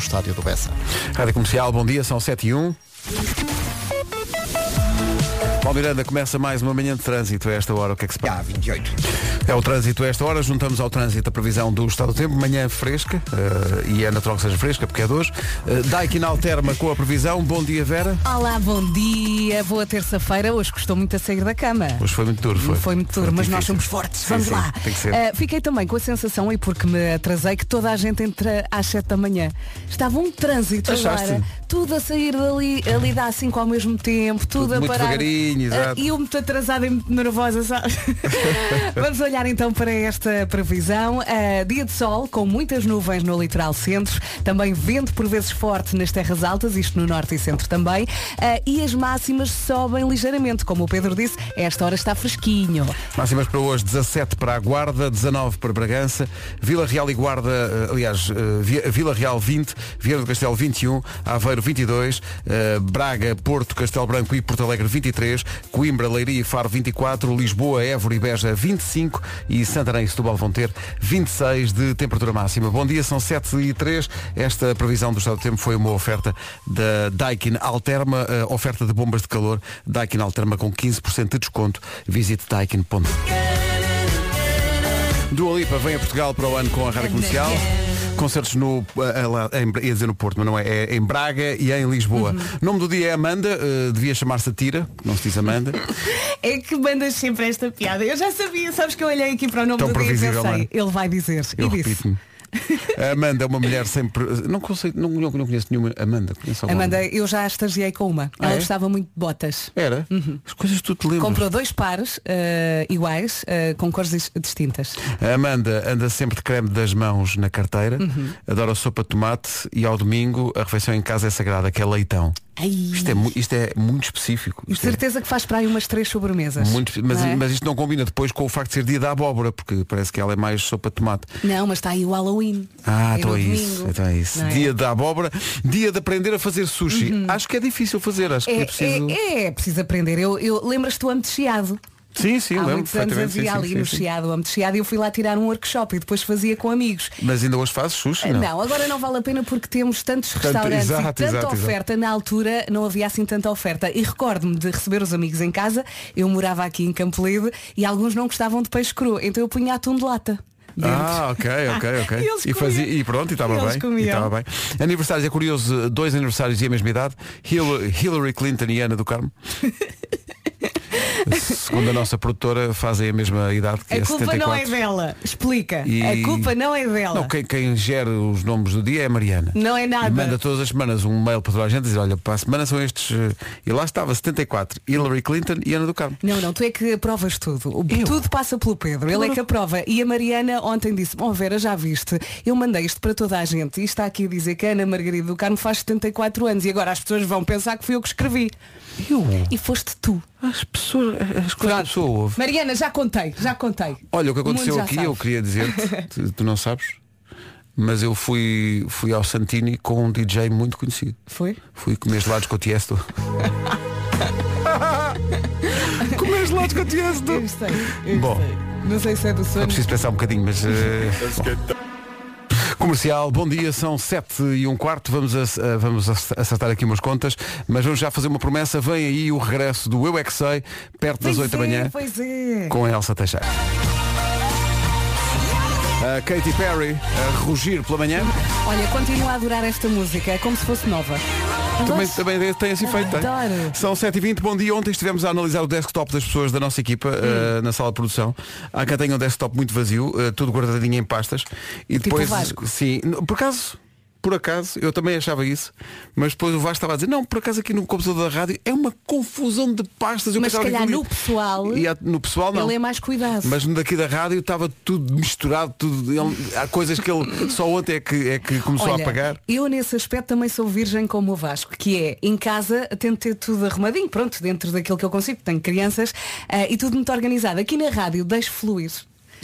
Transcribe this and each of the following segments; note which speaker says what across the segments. Speaker 1: estádio do Bessa.
Speaker 2: Rádio Comercial, bom dia, são 7 e 1. Bom, Miranda, começa mais uma manhã de trânsito a esta hora. O que é que se passa?
Speaker 1: Já, 28.
Speaker 2: É o trânsito a esta hora, juntamos ao trânsito a previsão do estado do tempo, manhã fresca, eh, e é natural que seja fresca, porque é de hoje. Eh, Daikin Alterma marcou a previsão. Bom dia, Vera.
Speaker 3: Olá, bom dia, boa terça-feira. Hoje custou muito a sair da cama.
Speaker 2: Hoje foi muito duro, foi.
Speaker 3: Foi muito duro, mas nós
Speaker 2: difícil.
Speaker 3: somos fortes.
Speaker 2: Sim,
Speaker 3: Vamos
Speaker 2: sim,
Speaker 3: lá.
Speaker 2: Tem que ser.
Speaker 3: Ah, fiquei também com a sensação, e porque me atrasei, que toda a gente entra às 7 da manhã. Estava um trânsito
Speaker 2: Achaste?
Speaker 3: agora. Tudo a sair dali, ali dá 5 ao mesmo tempo, tudo,
Speaker 2: Tudo
Speaker 3: a
Speaker 2: muito
Speaker 3: parar.
Speaker 2: devagarinho, exato.
Speaker 3: Ah, e eu muito atrasada e muito nervosa, sabe? Vamos olhar então para esta previsão. Ah, dia de sol, com muitas nuvens no litoral centro, também vento por vezes forte nas terras altas, isto no norte e centro também, Ah, e as máximas sobem ligeiramente, como o Pedro disse, esta hora está fresquinho.
Speaker 2: Máximas para hoje, 17 para a Guarda, 19 para Bragança, Vila Real e Guarda, eh, aliás, eh, Vi- Vila Real 20, Vieira do Castelo 21, Aveiro 22, eh, Braga, Porto, Castelo Branco e Porto Alegre 23, Coimbra, Leiria e Faro 24, Lisboa, Évora e Beja 25 e Santarém e Setúbal vão ter 26 de temperatura máxima. Bom dia, são 7 e 3. Esta previsão do estado do tempo foi uma oferta da Daikin Alterma, eh, oferta de bombas de calor, Daikin Alterma com 15% de desconto. Visite daikin.com. Dua Lipa vem a Portugal para o ano com a Rádio Comercial. Concertos no, eh, lá, em, ia dizer no Porto, mas não é, é em Braga e em Lisboa. Nome do dia é Amanda, eh, devia chamar-se Tira, não se diz Amanda.
Speaker 3: É que mandas sempre esta piada. Eu já sabia, sabes que eu olhei aqui para o nome
Speaker 2: Tão
Speaker 3: do dia e pensei,
Speaker 2: previsível, não é?
Speaker 3: ele vai dizer.
Speaker 2: Eu
Speaker 3: e disse.
Speaker 2: repito-me. Amanda é uma mulher sempre. Não, consigo, não, não conheço nenhuma Amanda, conheço alguma.
Speaker 3: Amanda, é- eu já estagiei com uma.
Speaker 2: Ah,
Speaker 3: Ela
Speaker 2: é?
Speaker 3: gostava muito de botas.
Speaker 2: Era?
Speaker 3: Uhum.
Speaker 2: As coisas que tu te lembras.
Speaker 3: Comprou dois pares eh, iguais, eh, com cores dis- distintas.
Speaker 2: A Amanda anda sempre de creme das mãos na carteira,
Speaker 3: Uhum.
Speaker 2: adora sopa de tomate e ao domingo a refeição em casa é sagrada, que é leitão.
Speaker 3: Ai.
Speaker 2: Isto é, mu- isto é muito específico.
Speaker 3: De
Speaker 2: Isto é-
Speaker 3: certeza que faz para aí umas três sobremesas.
Speaker 2: Muito, espe- mas,
Speaker 3: não, é?
Speaker 2: mas isto não combina depois com o facto de ser dia da abóbora, porque parece que ela é mais sopa de tomate.
Speaker 3: Não, mas está aí o Halloween.
Speaker 2: Ah,
Speaker 3: E
Speaker 2: então
Speaker 3: no
Speaker 2: é isso.
Speaker 3: domingo,
Speaker 2: Então é isso.
Speaker 3: não é? Uhum.
Speaker 2: Dia da abóbora, dia de aprender a fazer sushi. Acho que é difícil fazer, acho que
Speaker 3: É,
Speaker 2: é preciso.
Speaker 3: é- é preciso aprender. Eu, eu lembras-te do amo de chiado?
Speaker 2: Sim, sim,
Speaker 3: Há
Speaker 2: lembro.
Speaker 3: muitos anos
Speaker 2: perfeitamente, sim,
Speaker 3: havia
Speaker 2: sim,
Speaker 3: ali
Speaker 2: sim,
Speaker 3: no
Speaker 2: sim.
Speaker 3: chiado, o amo de chiado, e eu fui lá tirar um workshop e depois fazia com amigos.
Speaker 2: Mas ainda hoje fazes sushi, não?
Speaker 3: É, Não, agora não vale a pena porque temos tantos restaurantes
Speaker 2: exato,
Speaker 3: e tanta
Speaker 2: exato, exato.
Speaker 3: oferta. Na altura não havia assim tanta oferta. E recordo-me de receber os amigos em casa. Eu morava aqui em Campo Lido e alguns não gostavam de peixe cru. Então eu punha atum de lata. dentro.
Speaker 2: Ah, ok, ok, ok.
Speaker 3: E eles
Speaker 2: e, fazia,
Speaker 3: comiam.
Speaker 2: e pronto, e estava
Speaker 3: E eles
Speaker 2: bem. E
Speaker 3: comiam.
Speaker 2: estava bem. Aniversários, é curioso, dois aniversários e a mesma idade, Hil- Hillary Clinton e Ana do Carmo. Segundo a nossa produtora, fazem a mesma idade que
Speaker 3: A
Speaker 2: é
Speaker 3: culpa
Speaker 2: 74.
Speaker 3: não é dela. Explica.
Speaker 2: E-
Speaker 3: A culpa não é dela.
Speaker 2: Não, quem, quem gera os nomes do dia é a Mariana.
Speaker 3: Não é nada.
Speaker 2: E manda todas as semanas um mail para toda a gente e diz, olha, para a semana são estes. eh, E lá estava 74, Hillary Clinton e Ana do Carmo.
Speaker 3: Não, não, tu é que aprovas tudo. O-
Speaker 2: Eu?
Speaker 3: Tudo passa pelo Pedro. Ele é que aprova. E a Mariana ontem disse, bom Vera, já viste, eu mandei isto para toda a gente e está aqui a dizer que a Ana Margarida do Carmo faz 74 anos e agora as pessoas vão pensar que fui eu que escrevi.
Speaker 2: Eu?
Speaker 3: E foste tu.
Speaker 2: As pessoas. As coisas que a
Speaker 3: Pronto.
Speaker 2: pessoa ouve.
Speaker 3: Mariana, já contei, já contei.
Speaker 2: Olha, o que
Speaker 3: O mundo
Speaker 2: aconteceu
Speaker 3: já
Speaker 2: aqui,
Speaker 3: sabe.
Speaker 2: eu queria dizer-te, tu- tu não sabes, mas eu fui, fui ao Santini com um DJ muito conhecido.
Speaker 3: Foi?
Speaker 2: Fui comer gelados com o Tiesto. comer gelados com o Tiesto.
Speaker 3: Eu sei, eu
Speaker 2: Bom.
Speaker 3: sei. Não sei se é do
Speaker 2: Eu
Speaker 3: sono.
Speaker 2: preciso pensar um bocadinho, mas. eh, bom. Comercial, bom dia, são 7 e um quarto, vamos, ac- eh, vamos ac- acertar aqui umas contas, mas vamos já fazer uma promessa, vem aí o regresso do Eu É Que Sei, perto das
Speaker 3: Pois
Speaker 2: 8 da
Speaker 3: é,
Speaker 2: manhã,
Speaker 3: Pois é.
Speaker 2: com a Elsa Teixeira. A Katy Perry a rugir pela manhã,
Speaker 3: Olha, continuo a adorar esta música, é como se fosse nova.
Speaker 2: também,
Speaker 3: Adoro.
Speaker 2: também tem esse efeito, tem?
Speaker 3: Adoro.
Speaker 2: São 7h20, bom dia. Ontem estivemos a analisar o desktop das pessoas da nossa equipa
Speaker 3: Hum.
Speaker 2: eh, na sala de produção. Há quem tenha um desktop muito vazio, eh, tudo guardadinho em pastas. E
Speaker 3: Tipo
Speaker 2: depois.
Speaker 3: o Vasco.
Speaker 2: Sim, no- por acaso. Por acaso, eu também achava isso, mas depois o Vasco estava a dizer, não, por acaso aqui no computador da rádio é uma confusão de pastas. Eu
Speaker 3: Mas se
Speaker 2: pensava que
Speaker 3: calhar
Speaker 2: aquilo-
Speaker 3: no pessoal,
Speaker 2: E há- no pessoal não.
Speaker 3: Ele é mais cuidado.
Speaker 2: Mas no daqui da rádio estava tudo misturado, tudo. ele- há coisas que ele só ontem é que, é que começou
Speaker 3: Olha,
Speaker 2: a apagar.
Speaker 3: Eu nesse aspecto também sou virgem como o Vasco, que é em casa tento ter tudo arrumadinho, eh, pronto, dentro daquilo que eu consigo, tenho crianças, ah, e tudo muito organizado. Aqui na rádio deixo fluir.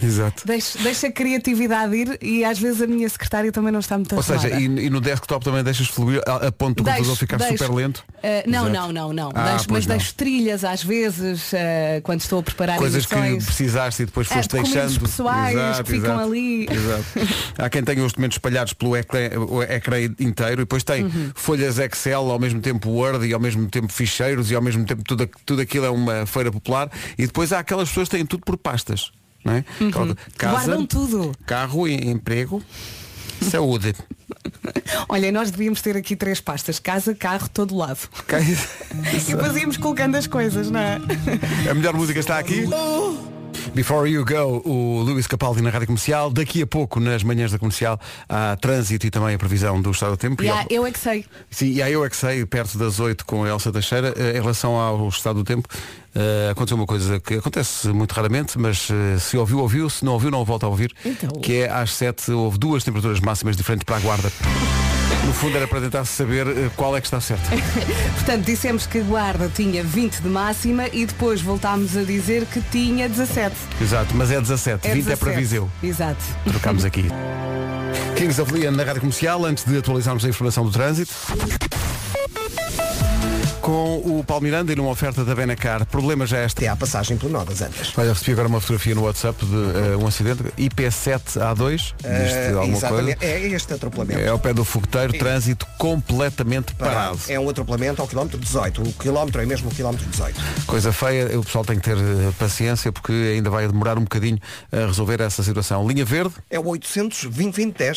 Speaker 2: Exato.
Speaker 3: Deixa, deixa a criatividade ir e às vezes a minha secretária também não está muito
Speaker 2: Ou seja,
Speaker 3: arrumada.
Speaker 2: e, e no desktop também deixas fluir a, a ponto do
Speaker 3: Deixo,
Speaker 2: computador ficar
Speaker 3: deixo.
Speaker 2: super lento?
Speaker 3: Eh, não,
Speaker 2: Exato.
Speaker 3: não, não, não,
Speaker 2: Ah,
Speaker 3: Deixo-
Speaker 2: pois
Speaker 3: mas
Speaker 2: não.
Speaker 3: deixo trilhas às vezes eh, quando estou a preparar
Speaker 2: Coisas que
Speaker 3: edições.
Speaker 2: precisaste e depois
Speaker 3: Ah,
Speaker 2: foste
Speaker 3: documentos
Speaker 2: deixando.
Speaker 3: pessoais que ficam ali.
Speaker 2: Exato. Há quem tenha os documentos espalhados pelo ecrã, o ecrã inteiro e depois tem
Speaker 3: Uhum.
Speaker 2: folhas Excel, ao mesmo tempo Word e ao mesmo tempo ficheiros e ao mesmo tempo tudo, a- tudo aquilo é uma feira popular e depois há aquelas pessoas que têm tudo por pastas. Não é? Aquela-
Speaker 3: Uhum. Guardam tudo.
Speaker 2: Carro, e emprego, saúde.
Speaker 3: Olha, nós devíamos ter aqui três pastas, casa, carro, todo lado. É. E depois íamos colocando as coisas, não é?
Speaker 2: A melhor música está aqui. Before You Go, o Luís Capaldi na Rádio Comercial. Daqui a pouco, nas manhãs da comercial, há trânsito e também a previsão do estado do tempo.
Speaker 3: E há-
Speaker 2: E, ao-
Speaker 3: eu é que sei.
Speaker 2: Sim, e há eu é que sei, perto das 8 com a Elsa Teixeira, eh, em relação ao estado do tempo, eh, aconteceu uma coisa que acontece muito raramente, mas eh, se ouviu, ouviu, se não ouviu, não volta a ouvir,
Speaker 3: Então.
Speaker 2: que é às 7 houve duas temperaturas máximas diferentes para a guarda. No fundo era para tentar saber eh, qual é que está certo.
Speaker 3: Portanto, dissemos que a guarda tinha 20 de máxima e depois voltámos a dizer que tinha 17.
Speaker 2: Exato, mas é 17, 20 é para
Speaker 3: 17.
Speaker 2: Viseu.
Speaker 3: Exato.
Speaker 2: Trocámos aqui. Kings of Leon na Rádio Comercial, antes de atualizarmos a informação do trânsito. Com o Palmiranda e numa oferta da Benacar, problema já é este.
Speaker 1: Até à passagem pelo nó das Antas.
Speaker 2: Olha, recebi agora uma fotografia no WhatsApp de eh, um acidente, IP7A2, diz-te
Speaker 1: Ah,
Speaker 2: alguma coisa.
Speaker 1: exatamente. É este atropelamento.
Speaker 2: Eh, É ao pé do fogueteiro, trânsito completamente parado.
Speaker 1: É um atropelamento ao quilómetro 18. O quilómetro é mesmo o quilómetro 18.
Speaker 2: Coisa feia, o pessoal tem que ter eh, paciência porque ainda vai demorar um bocadinho a resolver essa situação. Linha verde,
Speaker 1: É o 800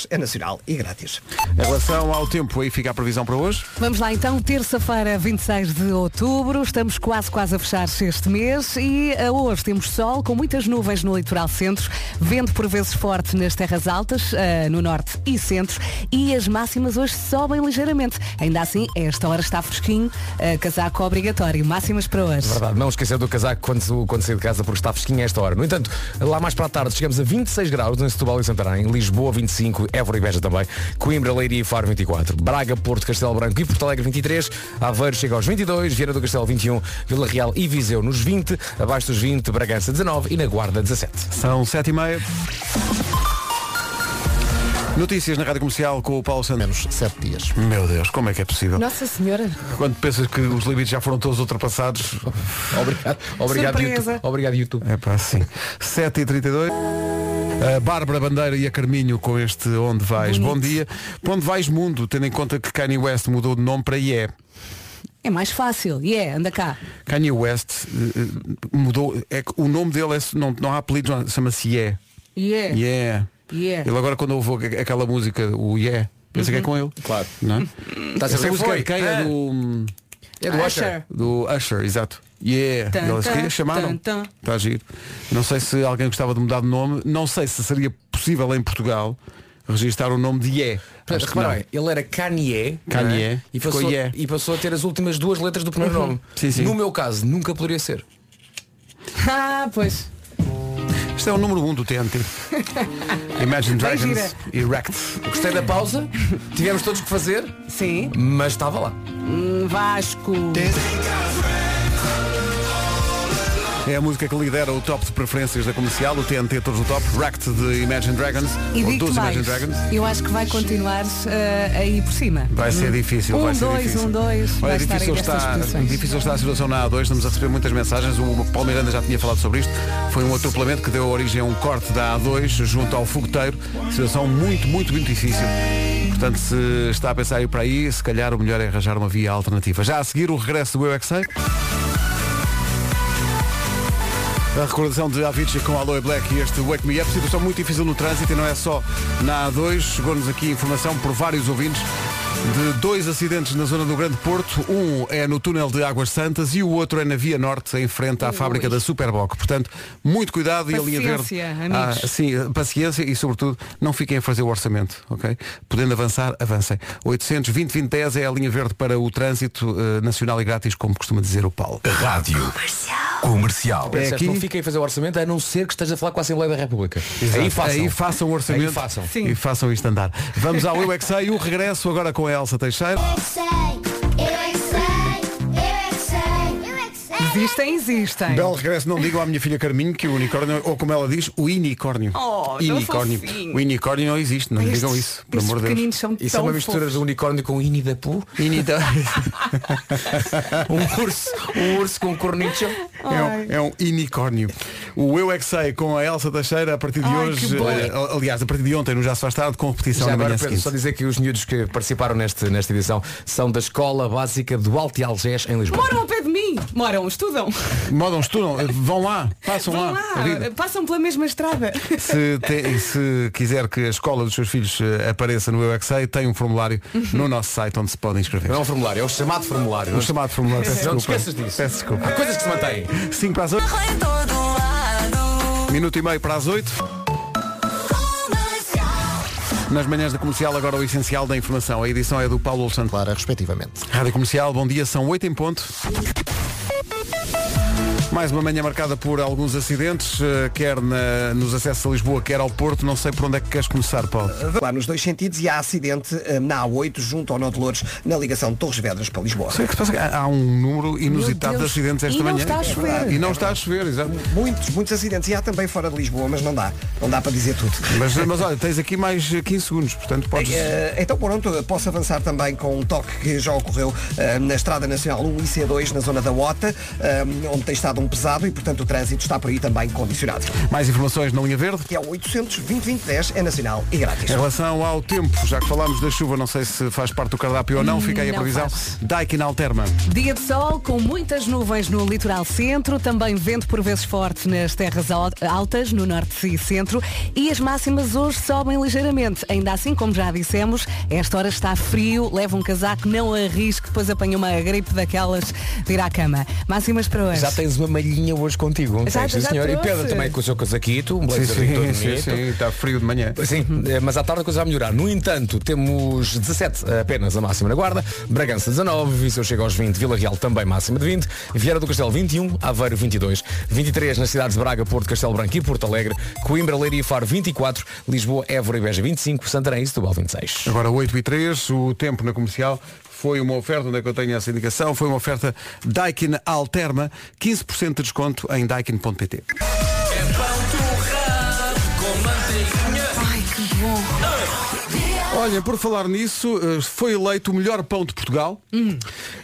Speaker 1: é nacional e grátis.
Speaker 2: em relação ao tempo, aí fica a previsão para hoje.
Speaker 3: Vamos lá então, terça-feira, 26 de outubro, estamos quase quase a fechar este mês e ah, hoje temos sol com muitas nuvens no litoral centro, vento por vezes forte nas terras altas, ah, no norte e centro e as máximas hoje sobem ligeiramente. Ainda assim, esta hora está fresquinho, ah, casaco obrigatório, máximas para hoje.
Speaker 4: Verdade, não esquecer do casaco quando, quando sair de casa porque está fresquinho a esta hora. No entanto, lá mais para a tarde chegamos a 26 graus em Setúbal e Santarém, Lisboa 25, Évora e Beja também, Coimbra, Leiria e Faro 24, Braga, Porto, Castelo Branco e Porto Alegre 23, Aveiro chega aos 22, Vieira do Castelo 21, Vila Real e Viseu nos 20, abaixo dos 20, Bragança 19 e na Guarda 17.
Speaker 2: São sete e meia. Notícias na Rádio Comercial com o Paulo Santos.
Speaker 5: menos 7 dias.
Speaker 2: Meu Deus, como é que é possível?
Speaker 3: Nossa Senhora,
Speaker 2: Quando pensas que os limites já foram todos ultrapassados.
Speaker 4: Obrigado, obrigado
Speaker 3: Surpresa.
Speaker 4: YouTube. Obrigado YouTube.
Speaker 2: É pá, sim. 7h32. A Bárbara Bandeira e a Carminho com este Onde Vais. Bom dia. Para onde vais mundo, tendo em conta que Kanye West mudou de nome para Ye.
Speaker 3: é mais fácil, e é, anda cá.
Speaker 2: Kanye West eh, eh, mudou. É que o nome dele é, não, não há apelido, não- chama-se Ye.
Speaker 3: E é,
Speaker 2: Yeah.
Speaker 3: Yeah. Uhum.
Speaker 2: Ele agora quando ouve aquela música, o Yeah, pensa que é com ele. Claro. Não é?
Speaker 4: Estás Tá a
Speaker 2: Essa
Speaker 4: ver?
Speaker 2: música
Speaker 4: Foi.
Speaker 2: de quem? É
Speaker 4: Ah.
Speaker 2: do,
Speaker 4: É do Usher.
Speaker 3: Usher.
Speaker 2: do Usher, exato. Yeah.
Speaker 3: Tan,
Speaker 2: Eles
Speaker 3: tan,
Speaker 2: queriam- chamaram.
Speaker 3: tan, tan.
Speaker 2: Está a Tá giro. Não sei se alguém gostava de mudar de nome. Não sei se seria possível em Portugal registar o nome de Yeah. Acho que
Speaker 4: Repara
Speaker 2: não.
Speaker 4: bem, ele era Kanye,
Speaker 2: Kanye,
Speaker 4: não é? e,
Speaker 2: ficou
Speaker 4: passou,
Speaker 2: Ye. Uhum.
Speaker 4: e passou a ter as últimas duas letras do primeiro nome.
Speaker 2: Sim, sim.
Speaker 4: No meu caso, nunca poderia ser.
Speaker 3: Ah, pois.
Speaker 2: Isto é o número 1 um do TNT. Imagine
Speaker 3: Bem
Speaker 2: Dragons Erect.
Speaker 4: Gostei da pausa, tivemos todos que fazer,
Speaker 3: Sim.
Speaker 4: mas estava lá.
Speaker 3: Hum, Vasco.
Speaker 2: É a música que lidera o top de preferências da comercial, o TNT todos no top, Wrecked de Imagine Dragons,
Speaker 3: E
Speaker 2: ou
Speaker 3: digo
Speaker 2: dos
Speaker 3: mais,
Speaker 2: Imagine Dragons.
Speaker 3: eu acho que vai continuar eh, aí por cima.
Speaker 2: Vai ser difícil,
Speaker 3: Um,
Speaker 2: vai ser
Speaker 3: dois,
Speaker 2: difícil.
Speaker 3: um, dois, vai
Speaker 2: Olha, é
Speaker 3: estar
Speaker 2: difícil
Speaker 3: aí destas
Speaker 2: está,
Speaker 3: posições.
Speaker 2: difícil está a situação na A2, estamos a receber muitas mensagens, o Paulo Miranda já tinha falado sobre isto, foi um atropelamento que deu origem a um corte da A2 junto ao fogoteiro, situação muito, muito, muito difícil. Portanto, se está a pensar em ir para aí, se calhar o melhor é arranjar uma via alternativa. Já a seguir o regresso do Eu É Que Sei. A recordação de Avicii com Aloe Black e este Wake Me Up, situação muito difícil no trânsito e não é só na A2. Chegou-nos aqui informação por vários ouvintes de dois acidentes na zona do Grande Porto. Um é no túnel de Águas Santas e o outro é na Via Norte, em frente à fábrica da Superboc. Portanto, muito cuidado e a linha verde.
Speaker 3: Paciência, amigos.
Speaker 2: Ah, sim, paciência e sobretudo não fiquem a fazer o orçamento, ok? Podendo avançar, avancem. 820-2010 é a linha verde para o trânsito eh, nacional e grátis, como costuma dizer o Paulo.
Speaker 6: Rádio Comercial.
Speaker 2: É
Speaker 4: Disseste,
Speaker 2: aqui.
Speaker 4: Não fiquem a fazer o orçamento a não ser que esteja a falar com a Assembleia da República.
Speaker 2: Exato.
Speaker 4: Aí façam.
Speaker 2: o orçamento
Speaker 4: Aí façam.
Speaker 3: Sim.
Speaker 2: e façam isto andar. Vamos ao Eu É Que Sei, o regresso agora com a Elsa Teixeira.
Speaker 3: existem, existem.
Speaker 2: Belo regresso, não digo à minha filha Carminho que o unicórnio, ou como ela diz, o inicórnio.
Speaker 3: Oh, tão
Speaker 2: inicórnio.
Speaker 3: fofinho.
Speaker 2: O unicórnio não existe, não digam isso, por
Speaker 3: estes
Speaker 2: amor de Deus.
Speaker 3: pequeninos são
Speaker 4: Isso
Speaker 3: tão
Speaker 4: é uma mistura
Speaker 3: fofos.
Speaker 4: de unicórnio com um Winnie the Pooh.
Speaker 2: Inidó-
Speaker 4: Um urso, um urso com um cornicho.
Speaker 2: É um, é um inicórnio. O Eu é que sei com a Elsa Teixeira a partir de
Speaker 3: Ai, que
Speaker 2: hoje,
Speaker 3: bom.
Speaker 2: eh, aliás, a partir de ontem, no Já Se Faz Tarde, com repetição
Speaker 4: Já
Speaker 2: na
Speaker 4: agora
Speaker 2: manhã
Speaker 4: Pedro,
Speaker 2: seguinte.
Speaker 4: só dizer que os miúdos que participaram neste, nesta edição são da Escola Básica do Alto e Algés em Lisboa.
Speaker 3: Moram ao pé de mim. Moram, estudam.
Speaker 2: Modam, estudam, eh, vão lá, passam
Speaker 3: Vão
Speaker 2: lá.
Speaker 3: lá,
Speaker 2: Rita.
Speaker 3: passam pela mesma estrada.
Speaker 2: Se, te- se quiser que a escola dos seus filhos eh, apareça no Eu é que sei, tem um formulário no nosso site onde se pode inscrever.
Speaker 4: Não é um formulário, é o chamado formulário.
Speaker 2: O chamado formulário, peço
Speaker 4: Não te
Speaker 2: desculpa.
Speaker 4: esqueças disso.
Speaker 2: Peço desculpa.
Speaker 4: Há coisas que se mantêm.
Speaker 2: 5 para as 8. Minuto e meio para as 8. Nas manhãs da comercial, agora o essencial da informação. A edição é do Paulo Alexandre Clara, respectivamente. Rádio Comercial, bom dia, são 8 em ponto. Mais uma manhã marcada por alguns acidentes, eh, quer na- nos acessos a Lisboa, quer ao Porto. Não sei por onde é que queres começar, Paulo.
Speaker 1: Ah, Lá nos dois sentidos e há acidente eh, na A8 junto ao Nó de Loures, na ligação de Torres Vedras para Lisboa.
Speaker 2: Sei que se passa que há há um número inusitado de
Speaker 3: Deus.
Speaker 2: acidentes esta
Speaker 3: E não
Speaker 2: manhã. É
Speaker 3: está a chover.
Speaker 2: E não está a chover, exato.
Speaker 1: Muitos, muitos acidentes. E há também fora de Lisboa, mas não dá. Não dá para dizer tudo.
Speaker 2: Mas, mas olha, tens aqui mais eh, 15 segundos, portanto podes.
Speaker 3: É,
Speaker 1: Eh, então pronto, eh, posso avançar também com um toque que já ocorreu eh, na Estrada Nacional 1 e C2 na zona da Ota, eh, onde tem estado um pesado e portanto o trânsito está por aí também condicionado.
Speaker 3: é.
Speaker 2: Mais informações na linha verde.
Speaker 1: Que é o 800 2010 é nacional e grátis.
Speaker 2: Em relação ao tempo, já que falámos da chuva, não sei se faz parte do cardápio ou não, fica aí a
Speaker 3: Não
Speaker 2: previsão.
Speaker 3: faz.
Speaker 2: Daikin Alterma.
Speaker 3: Dia de sol com muitas nuvens no litoral centro, também vento por vezes forte nas terras al- altas, no norte e centro, e as máximas hoje sobem ligeiramente. Ainda assim, como já dissemos, esta hora está frio, leva um casaco, não arrisque, depois apanha uma gripe daquelas de ir à cama. Máximas para hoje.
Speaker 4: Já tens uma malhinha hoje contigo. não
Speaker 3: Já-
Speaker 4: tens, sim,
Speaker 3: já
Speaker 4: senhor. E
Speaker 3: trouxe.
Speaker 4: Pedro também com o seu casaquito, um blazerzinho todo bonito.
Speaker 2: está frio de manhã.
Speaker 4: Sim, eh, mas à tarde a coisa vai melhorar. No entanto, temos 17 apenas a máxima na guarda, Bragança 19, Viseu chega aos 20, Vila Real também máxima de 20, Vieira do Castelo 21, Aveiro 22, 23 nas cidades de Braga, Porto, Castelo Branco e Porto Alegre, Coimbra, Leiria e Faro 24, Lisboa, Évora e Beja 25, Santarém e Setúbal 26.
Speaker 2: Agora 8 e 3, o tempo na comercial foi uma oferta, onde é que eu tenho essa indicação? Foi uma oferta Daikin Alterma, 15% de desconto em daikin.pt.
Speaker 3: Ai, que bom.
Speaker 2: Olha, por falar nisso, eh, foi eleito o melhor pão de Portugal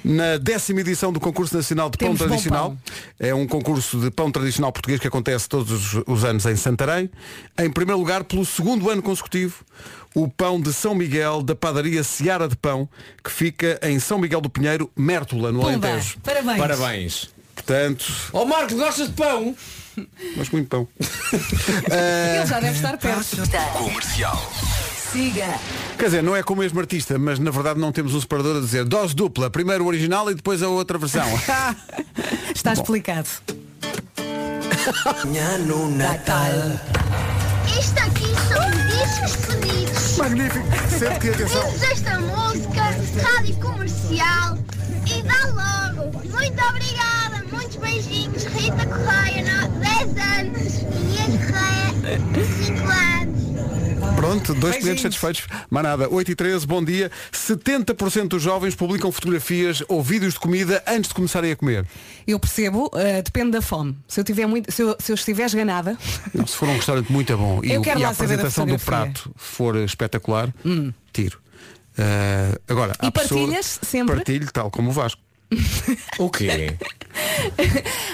Speaker 2: na décima edição do concurso nacional de
Speaker 3: Temos
Speaker 2: pão
Speaker 3: bom
Speaker 2: tradicional.
Speaker 3: pão.
Speaker 2: É um concurso de pão tradicional português que acontece todos os, os anos em Santarém. Em primeiro lugar, pelo segundo ano consecutivo, o pão de São Miguel da padaria Seara de Pão, que fica em São Miguel do Pinheiro, Mértola, no
Speaker 3: Pumba,
Speaker 2: Alentejo.
Speaker 3: parabéns.
Speaker 4: Parabéns.
Speaker 2: Portanto,
Speaker 4: Ó Marco, gostas de pão?
Speaker 2: mas muito pão.
Speaker 3: Ele já deve estar perto.
Speaker 6: Comercial.
Speaker 3: Siga.
Speaker 2: Quer dizer, não é com o mesmo artista, mas na verdade não temos um separador a dizer dose dupla, primeiro o original e depois a outra versão.
Speaker 3: Está explicado.
Speaker 5: Isto aqui são discos pedidos.
Speaker 2: Magnífico! Sempre que atenção.
Speaker 5: Diz esta música, rádio comercial. E dá logo. Muito obrigada. Muitos beijinhos. Rita Correia, no- 10 anos. Inês Correia, 5 anos.
Speaker 2: Pronto, dois clientes
Speaker 3: Beijinhos.
Speaker 2: satisfeitos. Mais nada, 8 e 13, bom dia. 70% dos jovens publicam fotografias ou vídeos de comida antes de começarem a comer.
Speaker 3: Eu percebo, eh, depende da fome. Se eu, tiver muito, se eu, se eu estiver esganada,
Speaker 2: Não, se for um restaurante muito bom e,
Speaker 3: Eu
Speaker 2: o-
Speaker 3: quero
Speaker 2: e a
Speaker 3: lá saber da
Speaker 2: apresentação do
Speaker 3: fotografia. Hum.
Speaker 2: prato for espetacular, tiro. Ah, agora,
Speaker 3: E
Speaker 2: há pessoa-
Speaker 3: partilhas sempre?
Speaker 2: Partilho, tal como o Vasco.
Speaker 4: O quê?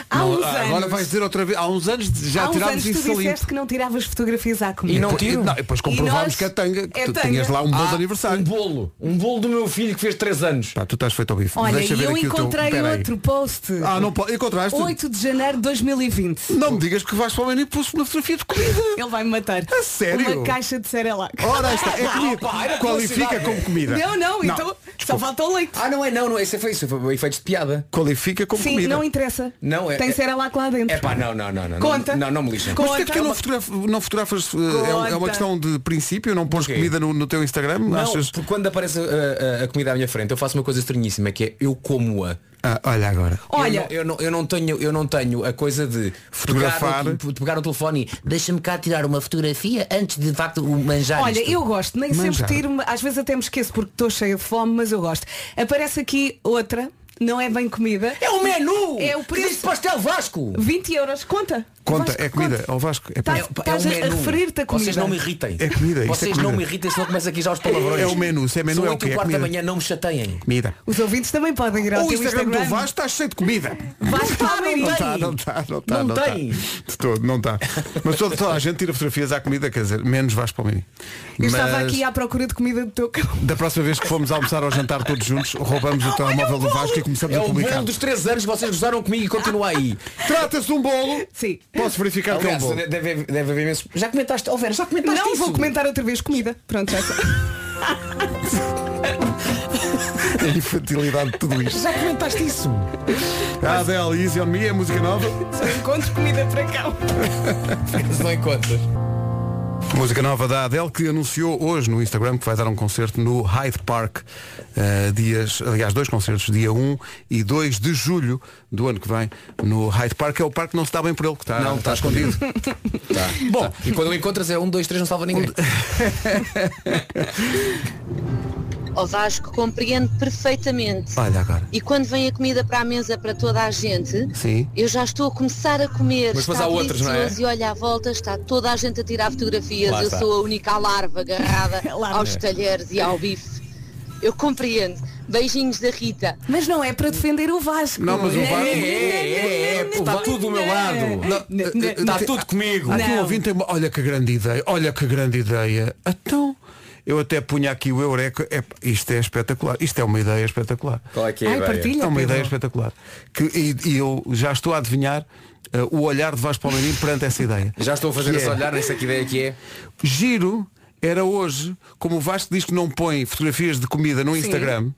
Speaker 3: há
Speaker 2: Não,
Speaker 3: uns
Speaker 2: ah,
Speaker 3: anos.
Speaker 2: agora vais dizer outra vez, há uns anos de- já
Speaker 3: Há uns anos
Speaker 2: tirámos
Speaker 3: tu
Speaker 2: isso ali.
Speaker 3: disseste que não tiravas fotografias à comida.
Speaker 4: E não
Speaker 2: Depois-
Speaker 4: tiro.
Speaker 2: não, e depois comprovámos
Speaker 3: nós-
Speaker 2: que a tanga, que
Speaker 3: é
Speaker 2: tu
Speaker 3: tanga.
Speaker 2: tinhas lá um bom de
Speaker 4: Ah, Um
Speaker 2: aniversário.
Speaker 4: bolo. Um bolo do meu filho que fez 3 anos.
Speaker 2: Pá, tu estás feito ao bife.
Speaker 3: Olha,
Speaker 2: Deixa
Speaker 3: e
Speaker 2: ver
Speaker 3: eu
Speaker 2: aqui o teu-
Speaker 3: encontrei
Speaker 2: Espera aí.
Speaker 3: outro post.
Speaker 2: Ah, não pode. Encontraste?
Speaker 3: 8 de janeiro de 2020.
Speaker 2: Não me digas que vais para o menu e pôs uma fotografia de comida.
Speaker 3: Ele vai me matar.
Speaker 2: A sério?
Speaker 3: Uma caixa de Cerelac.
Speaker 2: Ora, esta é comida.
Speaker 4: pá, era
Speaker 2: Qualifica
Speaker 4: velocidade.
Speaker 2: como comida.
Speaker 3: Não, não, então só falta o leite.
Speaker 4: Ah, não é, não, não, esse foi isso, foi efeitos de piada.
Speaker 2: Qualifica como
Speaker 3: Sim,
Speaker 2: comida.
Speaker 3: não interessa.
Speaker 4: Não, é-
Speaker 3: Tem
Speaker 4: é-
Speaker 3: Cerelac lá dentro.
Speaker 4: É pá, não, não, não, não.
Speaker 3: Conta.
Speaker 4: Não, não me lixa.
Speaker 3: Conta.
Speaker 2: Mas porquê que eu não, fotografo, não fotografas? eh, É, um- é uma
Speaker 3: Conta.
Speaker 2: questão de princípio? Não pôs
Speaker 4: Porquê?
Speaker 2: comida no, no teu Instagram?
Speaker 4: Não,
Speaker 2: Achas?
Speaker 4: porque quando aparece a, a- a comida à minha frente, eu faço uma coisa estranhíssima, que é eu como-a.
Speaker 2: Ah, olha agora.
Speaker 3: Olha,
Speaker 4: eu não, eu, não, eu não tenho, eu não tenho a coisa de
Speaker 2: Fotografar.
Speaker 4: pegar no, de pegar no telefone e deixa-me cá tirar uma fotografia antes de de facto o manjar.
Speaker 3: Olha,
Speaker 4: isto."
Speaker 3: eu gosto, nem
Speaker 2: Manjar.
Speaker 3: sempre tiro, às vezes até me esqueço porque estou cheia de fome, mas eu gosto. Aparece aqui outra não é bem comida.
Speaker 4: É o menu!
Speaker 3: É o preço.
Speaker 4: Diz pastel Vasco!
Speaker 3: 20 euros, conta!
Speaker 2: Conta,
Speaker 3: Vasco,
Speaker 2: é comida,
Speaker 3: conta.
Speaker 2: ao Vasco. É,
Speaker 3: Tá-
Speaker 2: pá,
Speaker 3: Estás a referir-te à
Speaker 4: Vocês
Speaker 3: comida.
Speaker 4: não me irritem.
Speaker 2: É comida, isto é
Speaker 4: Vocês
Speaker 2: comida.
Speaker 4: não me irritem, senão começa aqui já os palavrões.
Speaker 2: É o menu, se é menu
Speaker 4: São
Speaker 2: é o
Speaker 4: oito
Speaker 2: quê?
Speaker 4: e
Speaker 2: É
Speaker 4: quarto da
Speaker 2: comida.
Speaker 4: manhã, não me chateiem.
Speaker 2: comida.
Speaker 3: Os ouvintes também podem ir ao
Speaker 2: O
Speaker 3: teu
Speaker 2: Instagram,
Speaker 3: Instagram.
Speaker 2: do Vasco está cheio de comida.
Speaker 3: Vasco
Speaker 4: Não tá,
Speaker 3: Palmeirim.
Speaker 4: não
Speaker 2: Não
Speaker 4: Tem.
Speaker 2: está, não está, não está.
Speaker 4: Não
Speaker 2: tá.
Speaker 4: tem.
Speaker 2: De todo, não está. Mas toda, toda a gente tira fotografias à comida, quer dizer, menos Vasco Palmini.
Speaker 3: Eu estava
Speaker 2: Mas-
Speaker 3: aqui à procura de comida do teu cão.
Speaker 2: Da próxima vez que formos almoçar ou jantar todos juntos, roubamos o telemóvel do Vasco e começamos
Speaker 4: É
Speaker 2: a
Speaker 4: o
Speaker 2: publicar.
Speaker 4: bolo dos 3 anos, vocês gozaram comigo e continua aí.
Speaker 2: Trata-se de um bolo.
Speaker 3: Sim.
Speaker 2: Posso verificar que é um
Speaker 4: Aliás, né?
Speaker 2: bolo.
Speaker 4: deve, deve haver imenso. Já comentaste, oh Vera, já comentaste
Speaker 3: Não
Speaker 4: isso?
Speaker 3: vou comentar outra vez comida. Pronto, já sei.
Speaker 2: A infantilidade de tudo isto.
Speaker 4: Já comentaste isso?
Speaker 2: A Adele Easy on Me é música nova.
Speaker 3: Só encontro comida para cão.
Speaker 4: Se não encontras.
Speaker 2: Música nova da Adele que anunciou hoje no Instagram que vai dar um concerto no Hyde Park. eh, dias, aliás, dois concertos, dia 1 e 2 de julho do ano que vem no Hyde Park. É o parque que não se dá bem por ele, que está,
Speaker 4: Não,
Speaker 2: está
Speaker 4: está
Speaker 2: escondido.
Speaker 4: Bom, e quando o encontras é um, dois, três, não salva ninguém.
Speaker 7: O Vasco compreende perfeitamente.
Speaker 2: Olha agora.
Speaker 7: E quando vem a comida para a mesa para toda a gente,
Speaker 2: Sim.
Speaker 7: eu já estou a começar a comer.
Speaker 4: Mas depois
Speaker 7: está
Speaker 4: há outros, não é?
Speaker 7: delicioso E olha à volta, está toda a gente a tirar fotografias.
Speaker 4: Lá
Speaker 7: eu
Speaker 4: está.
Speaker 7: sou a única larva agarrada
Speaker 3: Larva.
Speaker 7: aos talheres e ao bife. Eu compreendo. Beijinhos da Rita.
Speaker 3: Mas não é para defender o Vasco.
Speaker 2: Não, mas o
Speaker 3: É,
Speaker 2: Vasco-
Speaker 3: é, é, é,
Speaker 4: Está tudo do meu lado.
Speaker 3: Não, não,
Speaker 4: Está
Speaker 3: não.
Speaker 4: tudo comigo.
Speaker 2: Eh, Há aqui um
Speaker 3: Não.
Speaker 2: ouvinte, tem uma- olha que grande ideia, olha que grande ideia. Então, eu até punha aqui o Eureka. É, isto é espetacular, isto é uma ideia espetacular.
Speaker 4: Qual é que
Speaker 3: Ai, partilha.
Speaker 2: É uma
Speaker 3: Pedro.
Speaker 2: ideia espetacular. Que, e, e eu já estou a adivinhar eh, o olhar de Vasco Palmeirinho perante essa ideia.
Speaker 4: Já estou a fazer
Speaker 2: Que
Speaker 4: esse
Speaker 2: é,
Speaker 4: olhar, nem sei que ideia que é.
Speaker 2: Giro era hoje, como o Vasco diz que não põe fotografias de comida no Instagram,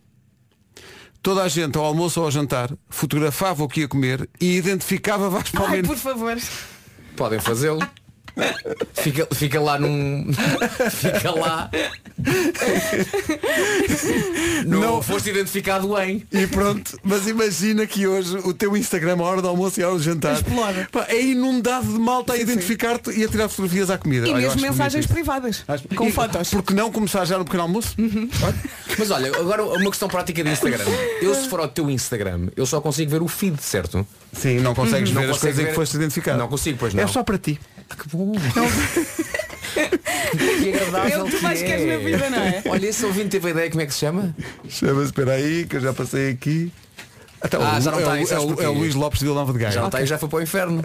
Speaker 2: toda a gente ao almoço ou ao jantar fotografava o que ia comer e identificava Vasco
Speaker 3: Ai,
Speaker 2: Palmeirinho.
Speaker 3: por favor.
Speaker 4: Podem fazê-lo. Fica, fica lá num. Fica lá. Não,
Speaker 2: Não.
Speaker 4: foste identificado em.
Speaker 2: E pronto, mas imagina que hoje o teu Instagram, a hora do almoço e a hora do jantar,
Speaker 3: Explora.
Speaker 2: pá, é inundado de malta a identificar-te e a tirar fotografias à comida.
Speaker 3: E
Speaker 2: Olha, eu
Speaker 3: mesmo
Speaker 2: acho
Speaker 3: mensagens
Speaker 2: bonito
Speaker 3: privadas.
Speaker 2: isso. Acho-
Speaker 3: Com
Speaker 2: E
Speaker 3: fotos. Uhum.
Speaker 2: Porque não começar já no pequeno almoço?
Speaker 4: Mas olha, agora uma questão prática de Instagram. Eu se for ao teu Instagram, eu só consigo ver o feed, certo?
Speaker 2: Sim,
Speaker 3: Uhum.
Speaker 2: não consegues
Speaker 4: Não
Speaker 2: ver as
Speaker 4: consigo
Speaker 2: coisas em
Speaker 4: ver.
Speaker 2: que foste identificado.
Speaker 4: Não consigo, pois não. Ah,
Speaker 2: É só para ti.
Speaker 4: Que bom. que
Speaker 3: É
Speaker 4: agradável
Speaker 3: o que tu mais queres na vida, não é?
Speaker 4: Olha, esse ouvinte teve a ideia, como é que se chama?
Speaker 2: Chama-se, espera aí, que eu já passei aqui. Até
Speaker 4: Ah,
Speaker 2: o,
Speaker 4: já não
Speaker 2: é,
Speaker 4: está
Speaker 2: o-
Speaker 4: aí,
Speaker 2: é,
Speaker 4: sabes
Speaker 2: o,
Speaker 4: porquê?
Speaker 2: é o Luís Lopes de Vilão de
Speaker 4: Já
Speaker 2: Gaia.
Speaker 4: não tá está aí, já foi para o inferno.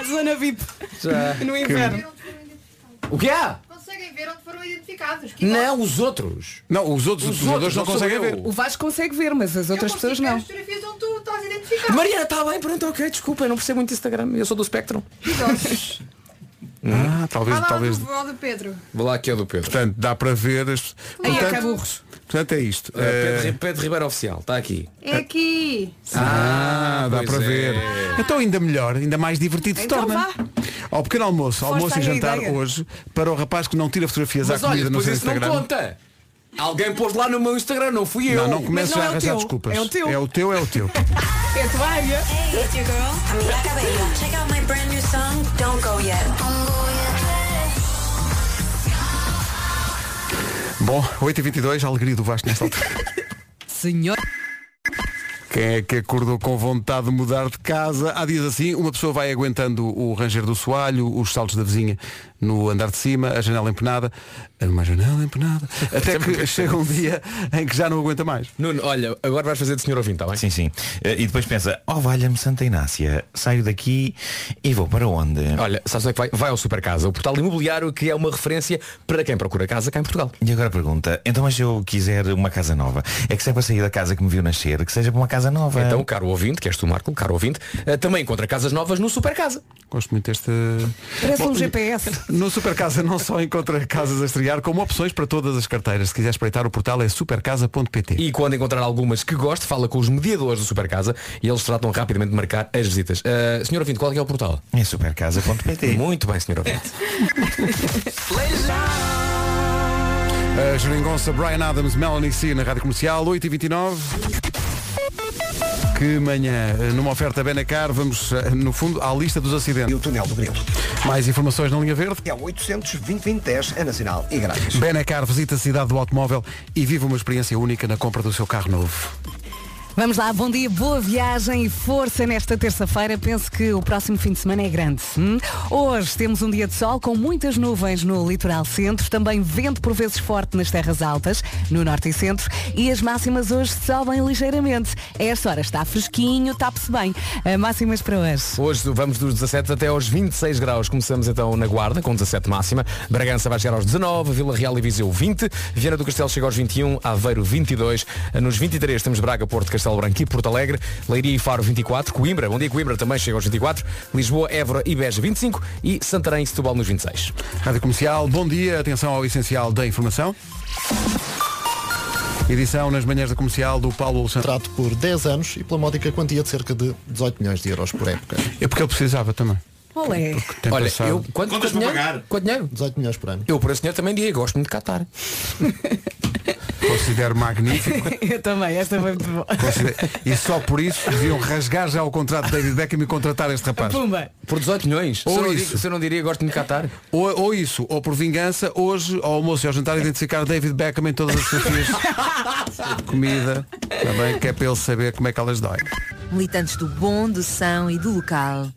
Speaker 3: A zona VIP. No inverno.
Speaker 4: O que há?
Speaker 8: Conseguem ver onde foram identificados. Que igual-
Speaker 4: Não, os outros.
Speaker 2: Não, os outros
Speaker 4: Os
Speaker 2: jogadores
Speaker 4: outros,
Speaker 2: não
Speaker 4: não sou
Speaker 2: conseguem
Speaker 4: eu.
Speaker 2: ver.
Speaker 3: O Vasco consegue ver, mas as
Speaker 8: Eu
Speaker 3: outras
Speaker 8: consigo
Speaker 3: pessoas
Speaker 8: ver
Speaker 3: não.
Speaker 8: as fotografias onde tu estás identificado.
Speaker 4: Mariana, está bem, pronto, ok, desculpa, eu não percebo muito Instagram, eu sou do Spectrum.
Speaker 2: Ah,
Speaker 8: Vai
Speaker 2: talvez,
Speaker 8: lá
Speaker 2: talvez.
Speaker 8: ao do Pedro.
Speaker 4: Vou lá aqui é do Pedro.
Speaker 2: Portanto, dá para ver as.
Speaker 3: Aí é
Speaker 2: portanto,
Speaker 3: caburros.
Speaker 2: portanto, é isto.
Speaker 4: Pedro,
Speaker 2: Eh,
Speaker 4: Ri- Pedro Ribeiro Oficial, está aqui.
Speaker 8: É aqui.
Speaker 2: Ah, dá
Speaker 4: pois
Speaker 2: para
Speaker 4: é.
Speaker 2: ver. Então ainda melhor, ainda mais divertido se
Speaker 3: Então
Speaker 2: torna.
Speaker 3: vá.
Speaker 2: Ao pequeno almoço, almoço
Speaker 3: à
Speaker 2: e jantar
Speaker 3: ideia.
Speaker 2: hoje, para o rapaz que não tira fotografias
Speaker 4: Mas
Speaker 2: à
Speaker 4: olha,
Speaker 2: comida no
Speaker 4: depois
Speaker 2: seu
Speaker 4: isso não
Speaker 2: Instagram.
Speaker 4: conta. Alguém pôs lá no meu Instagram, não fui eu.
Speaker 2: não, não começo
Speaker 3: não
Speaker 2: já a
Speaker 3: é o
Speaker 2: arranjar
Speaker 3: teu.
Speaker 2: desculpas.
Speaker 3: É o teu.
Speaker 2: É o teu, é o teu.
Speaker 3: É a tua área.
Speaker 9: Hey, it's your girl, Camila Cabello. Check out my brand new song, Don't Go Yet.
Speaker 2: Bom, 8h22, a alegria do Vasco nesta altura.
Speaker 3: Senhor.
Speaker 2: Quem é que acordou com vontade de mudar de casa? Há dias assim, uma pessoa vai aguentando o ranger do soalho, os saltos da vizinha no andar de cima, a janela empenada, uma janela empenada, até que chega um dia em que já não aguenta mais.
Speaker 4: Nuno, olha, agora vais fazer de senhor ouvinte, está bem?
Speaker 10: Sim, sim. Eh, E depois pensa, oh valha-me Santa Inácia, saio daqui e vou para onde?
Speaker 4: Olha, sabes onde é que vai? Vai ao Supercasa, o portal imobiliário que é uma referência para quem procura casa cá em Portugal.
Speaker 10: E agora pergunta, então mas se eu quiser uma casa nova, é que se é para sair da casa que me viu nascer, que seja para uma casa nova.
Speaker 4: Então, caro ouvinte, que és tu, Marco, caro ouvinte, eh, também encontra casas novas no Supercasa.
Speaker 2: Gosto muito deste.
Speaker 3: Parece um GPS.
Speaker 2: No Supercasa não só encontra casas a estrear, como opções para todas as carteiras. Se quiser espreitar o portal é supercasa.pt.
Speaker 4: E quando encontrar algumas que goste, fala com os mediadores do Supercasa e eles tratam rapidamente de marcar as visitas. Eh, senhor ouvinte, qual é que é o portal?
Speaker 10: É supercasa.pt.
Speaker 4: Muito bem, senhor ouvinte.
Speaker 2: A Jeringonça Brian Adams, Melanie C na Rádio Comercial, 8h29. Que manhã, numa oferta Benacar, vamos eh, no fundo à lista dos
Speaker 1: E
Speaker 2: acidentes.
Speaker 1: o túnel do Grilo.
Speaker 2: Mais informações na linha verde.
Speaker 1: É 800-2020-10, é nacional e grátis.
Speaker 2: Benacar visita a cidade do automóvel e vive uma experiência única na compra do seu carro novo.
Speaker 3: Vamos lá, bom dia, boa viagem e força nesta terça-feira. Penso que o próximo fim de semana é grande. hum? Hoje temos um dia de sol com muitas nuvens no litoral centro, também vento por vezes forte nas terras altas, no norte e centro, e as máximas hoje sobem ligeiramente. A esta hora está fresquinho, tape-se bem. Eh, Máximas para hoje.
Speaker 4: Hoje vamos dos 17 até aos 26 graus. Começamos então na Guarda, com 17 máxima. Bragança vai chegar aos 19, Vila Real e Viseu 20, Viana do Castelo chega aos 21, Aveiro 22, nos 23 temos Braga, Porto, Castelo Branco e Porto Alegre, Leiria e Faro 24, Coimbra, bom dia Coimbra também chega aos 24, Lisboa, Évora e Beja 25 e Santarém e Setúbal nos 26.
Speaker 2: Rádio Comercial, bom dia, atenção ao essencial da informação. Edição nas manhãs da comercial do Paulo Alexandre.
Speaker 11: Trato por 10 anos e pela módica quantia de cerca de 18 milhões de euros por época.
Speaker 2: É porque ele precisava também.
Speaker 3: Olé.
Speaker 2: Tem
Speaker 4: Olha,
Speaker 2: passado.
Speaker 4: eu quanto, quanto dinheiro? Quanto dinheiro?
Speaker 11: 18 milhões por ano.
Speaker 4: Eu por esse dinheiro também diria, gosto muito de Catar.
Speaker 2: Considero magnífico.
Speaker 3: Eu também, esta foi muito boa.
Speaker 2: considero- E só por isso deviam rasgar já o contrato de David Beckham e contratar este rapaz.
Speaker 3: Pumba.
Speaker 4: Por 18 milhões?
Speaker 2: Ou
Speaker 4: se, eu não
Speaker 2: isso.
Speaker 4: diria, se eu não diria, gosto muito de Catar.
Speaker 2: Ou, ou isso, ou por vingança, hoje, ao almoço e ao jantar, identificar David Beckham em todas as fotografias de comida, também que é para ele saber como é que elas doem.
Speaker 12: Militantes do bom, do são e do local.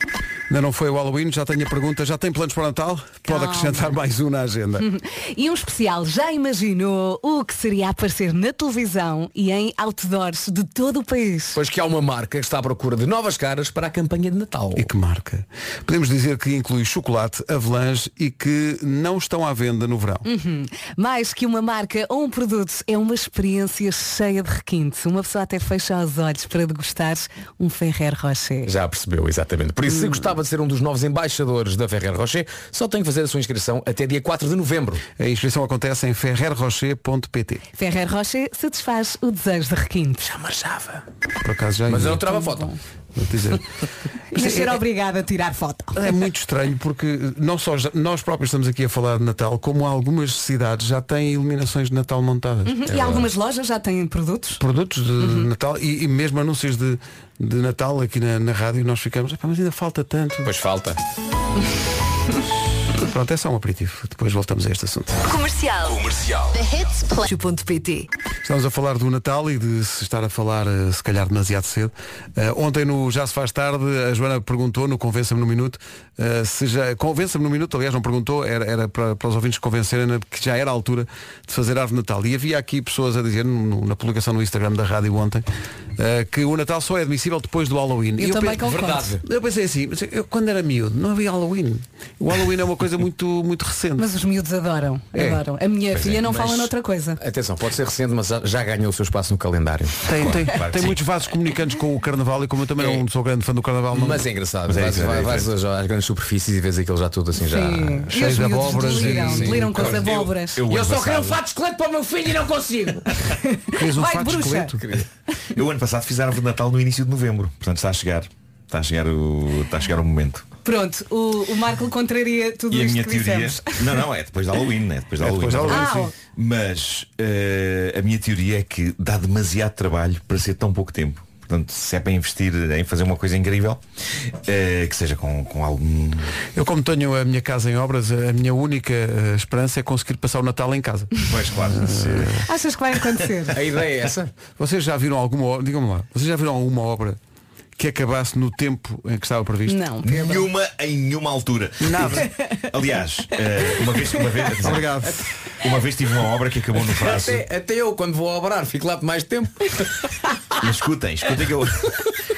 Speaker 2: Ainda não foi o Halloween, já tenho a pergunta, já tem planos para o Natal? Pode
Speaker 3: Calma.
Speaker 2: acrescentar mais um na agenda.
Speaker 3: E um especial, já imaginou o que seria aparecer na televisão e em outdoors de todo o país?
Speaker 4: Pois que há uma marca que está à procura de novas caras para a campanha de Natal.
Speaker 2: E que marca? Podemos dizer que inclui chocolate, avelange e que não estão à venda no verão.
Speaker 3: Uhum. Mais que uma marca ou um produto, é uma experiência cheia de requinte. Uma pessoa até fecha os olhos para degustar um Ferrer Rocher.
Speaker 4: Já percebeu, exatamente. Por isso, se gostava de ser um dos novos embaixadores da Ferrer Rocher, só tem que fazer a sua inscrição até dia 4 de novembro.
Speaker 2: A inscrição acontece em ferrerrocher.pt.
Speaker 3: Ferrer Rocher satisfaz o desejo de requinte. Já
Speaker 4: marchava.
Speaker 2: Por acaso já
Speaker 4: Mas é eu
Speaker 2: ia.
Speaker 4: não tirava foto.
Speaker 2: Vou dizer.
Speaker 3: Mas ser obrigada a tirar foto.
Speaker 2: É muito estranho porque não só já- nós próprios estamos aqui a falar de Natal, como algumas cidades já têm iluminações de Natal montadas. É.
Speaker 3: Uhum. E algumas Uhum. lojas já têm produtos?
Speaker 2: Produtos de Natal e, e mesmo anúncios de, de Natal aqui na, na rádio nós ficamos, "Epá, mas ainda falta tanto.
Speaker 3: Uhum.
Speaker 4: Pois falta.
Speaker 2: Pronto, é só um aperitivo. Depois voltamos a este assunto.
Speaker 9: Comercial. Comercial. The Hits Play.
Speaker 2: Estamos a falar do Natal e de se estar a falar, eh, se calhar, demasiado cedo. Eh, ontem no Já se faz tarde, a Joana perguntou no Convença-me no Minuto, eh, se já. Convença-me no Minuto, aliás, não perguntou, era, era para, para os ouvintes convencerem né, que já era a altura de fazer árvore de Natal. E havia aqui pessoas a dizer, no- na publicação no Instagram da rádio ontem, eh, que o Natal só é admissível depois do Halloween.
Speaker 3: Eu
Speaker 2: E
Speaker 3: também
Speaker 2: pe-
Speaker 3: concordo. Verdade.
Speaker 2: Eu pensei assim, mas eu, quando era miúdo, não havia Halloween. O Halloween é uma coisa muito, muito recente.
Speaker 3: Mas os miúdos adoram,
Speaker 2: É.
Speaker 3: adoram. A minha
Speaker 2: Pois
Speaker 3: filha
Speaker 2: é,
Speaker 3: não
Speaker 2: mas-
Speaker 3: fala noutra coisa.
Speaker 4: Atenção, pode ser recente, mas já- já ganhou o seu espaço no calendário.
Speaker 2: Tem, tem,
Speaker 4: Claro que
Speaker 2: tem
Speaker 4: sim. É.
Speaker 2: muitos vasos comunicantes com o carnaval e como eu também não sou grande fã do carnaval. Não...
Speaker 4: Mas é engraçado.
Speaker 2: Mas é
Speaker 4: vais
Speaker 2: isso, é
Speaker 4: vai- vais
Speaker 2: diferente.
Speaker 4: às, às grandes superfícies e vês aquilo já tudo assim, já
Speaker 2: Sim. E Cheio os de miúdos abóboras e- deliram,
Speaker 4: Sim.
Speaker 3: deliram com as abóboras.
Speaker 4: Eu, eu,
Speaker 10: ano
Speaker 4: só
Speaker 10: passado-
Speaker 4: quero um fato de esqueleto para o meu filho e não consigo.
Speaker 2: Querias um
Speaker 4: Vai,
Speaker 2: fato
Speaker 4: bruxa.
Speaker 2: esqueleto?
Speaker 10: Eu ano passado fiz a árvore de Natal no início de novembro. Portanto está a chegar. Está a chegar o, está a chegar o momento.
Speaker 3: Pronto, o, o Marco contraria tudo
Speaker 10: e a
Speaker 3: isto
Speaker 10: minha
Speaker 3: que
Speaker 10: teoria.
Speaker 3: dissemos.
Speaker 10: Não, não, é depois da Halloween, né? Depois da
Speaker 2: É
Speaker 10: Halloween.
Speaker 2: depois da Halloween,
Speaker 10: Ah,
Speaker 2: sim.
Speaker 10: Mas eh, a minha teoria é que dá demasiado trabalho para ser tão pouco tempo. Portanto, se é para investir em fazer uma coisa incrível, eh, que seja com, com algum.
Speaker 2: Eu como tenho a minha casa em obras, a minha única eh, esperança é conseguir passar o Natal em casa.
Speaker 10: Pois claro.
Speaker 2: Ah.
Speaker 3: Achas que vai acontecer?
Speaker 4: A ideia é essa?
Speaker 2: Vocês já viram alguma obra, digam-me lá, vocês já viram alguma obra que acabasse no tempo em que estava previsto?
Speaker 3: Não.
Speaker 10: Nenhuma em nenhuma altura.
Speaker 2: Nada.
Speaker 10: Aliás, eh, uma vez, uma vez.
Speaker 2: Obrigado.
Speaker 10: Uma vez tive uma obra que acabou no prazo.
Speaker 4: Até, até eu, quando vou obrar, fico lá por mais tempo.
Speaker 10: E escutem, escutem que eu.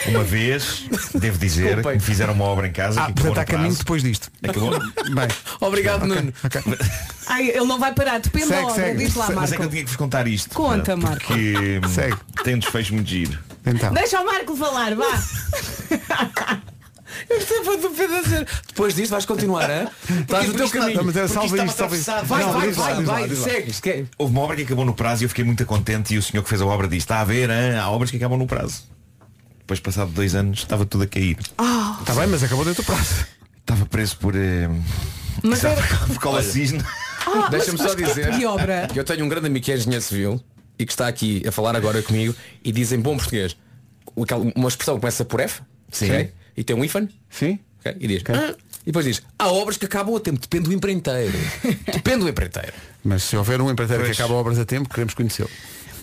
Speaker 10: Uma vez, devo dizer,
Speaker 4: Desculpem.
Speaker 10: que me fizeram uma obra em casa
Speaker 2: Ah,
Speaker 10: que acabou
Speaker 2: portanto
Speaker 10: no
Speaker 2: há caminho
Speaker 10: prazo.
Speaker 2: depois disto.
Speaker 4: É
Speaker 10: Acabou.
Speaker 2: Bem,
Speaker 4: Obrigado,
Speaker 2: ok,
Speaker 4: Nuno.
Speaker 2: ok.
Speaker 3: Ai, ele não vai parar, depende da
Speaker 2: Segue,
Speaker 3: obra,
Speaker 2: segue.
Speaker 3: diz lá,
Speaker 10: Mas é que
Speaker 3: Marco.
Speaker 10: eu tinha que vos contar isto.
Speaker 3: Conta, Marco.
Speaker 10: Porque hum,
Speaker 2: Segue.
Speaker 10: tem um desfecho muito giro.
Speaker 2: Então.
Speaker 3: Deixa o Marco falar, vá.
Speaker 4: Eu sempre vou dizer, Depois disto vais continuar, hã? Estás no teu
Speaker 10: Porque isto
Speaker 4: caminho.
Speaker 10: está-
Speaker 2: Mas é,
Speaker 10: porque
Speaker 2: salva
Speaker 10: estava
Speaker 2: isto, salva isto.
Speaker 10: atravessado.
Speaker 4: Vai,
Speaker 2: Não,
Speaker 4: vai,
Speaker 2: diz lá,
Speaker 4: vai,
Speaker 2: diz lá,
Speaker 4: vai,
Speaker 2: diz lá.
Speaker 4: segue. segue.
Speaker 10: Houve uma obra que acabou no prazo e eu fiquei muito contente e o senhor que fez a obra disse, está a ver, hã? há obras que acabam no prazo. Depois passado dois anos estava tudo a cair.
Speaker 2: Está Tá bem, mas acabou dentro do prazo.
Speaker 10: Estava preso por. eh,
Speaker 3: Mas é, era-
Speaker 10: por colacismo.
Speaker 3: Ah, mas-
Speaker 4: Deixa-me só
Speaker 3: mas que tipo
Speaker 4: dizer
Speaker 3: de obra?
Speaker 4: que eu tenho um grande amigo que é engenheiro civil e que está aqui a falar agora comigo e dizem bom português. Aquela- Uma expressão que começa por F ok? e tem um hífen
Speaker 2: Sim?
Speaker 4: ok? e diz "Ah", e depois diz há obras que acabam a tempo, depende do empreiteiro. depende do empreiteiro.
Speaker 2: Mas se houver um empreiteiro que
Speaker 10: Pois.
Speaker 2: acaba obras a tempo, queremos conhecê-lo.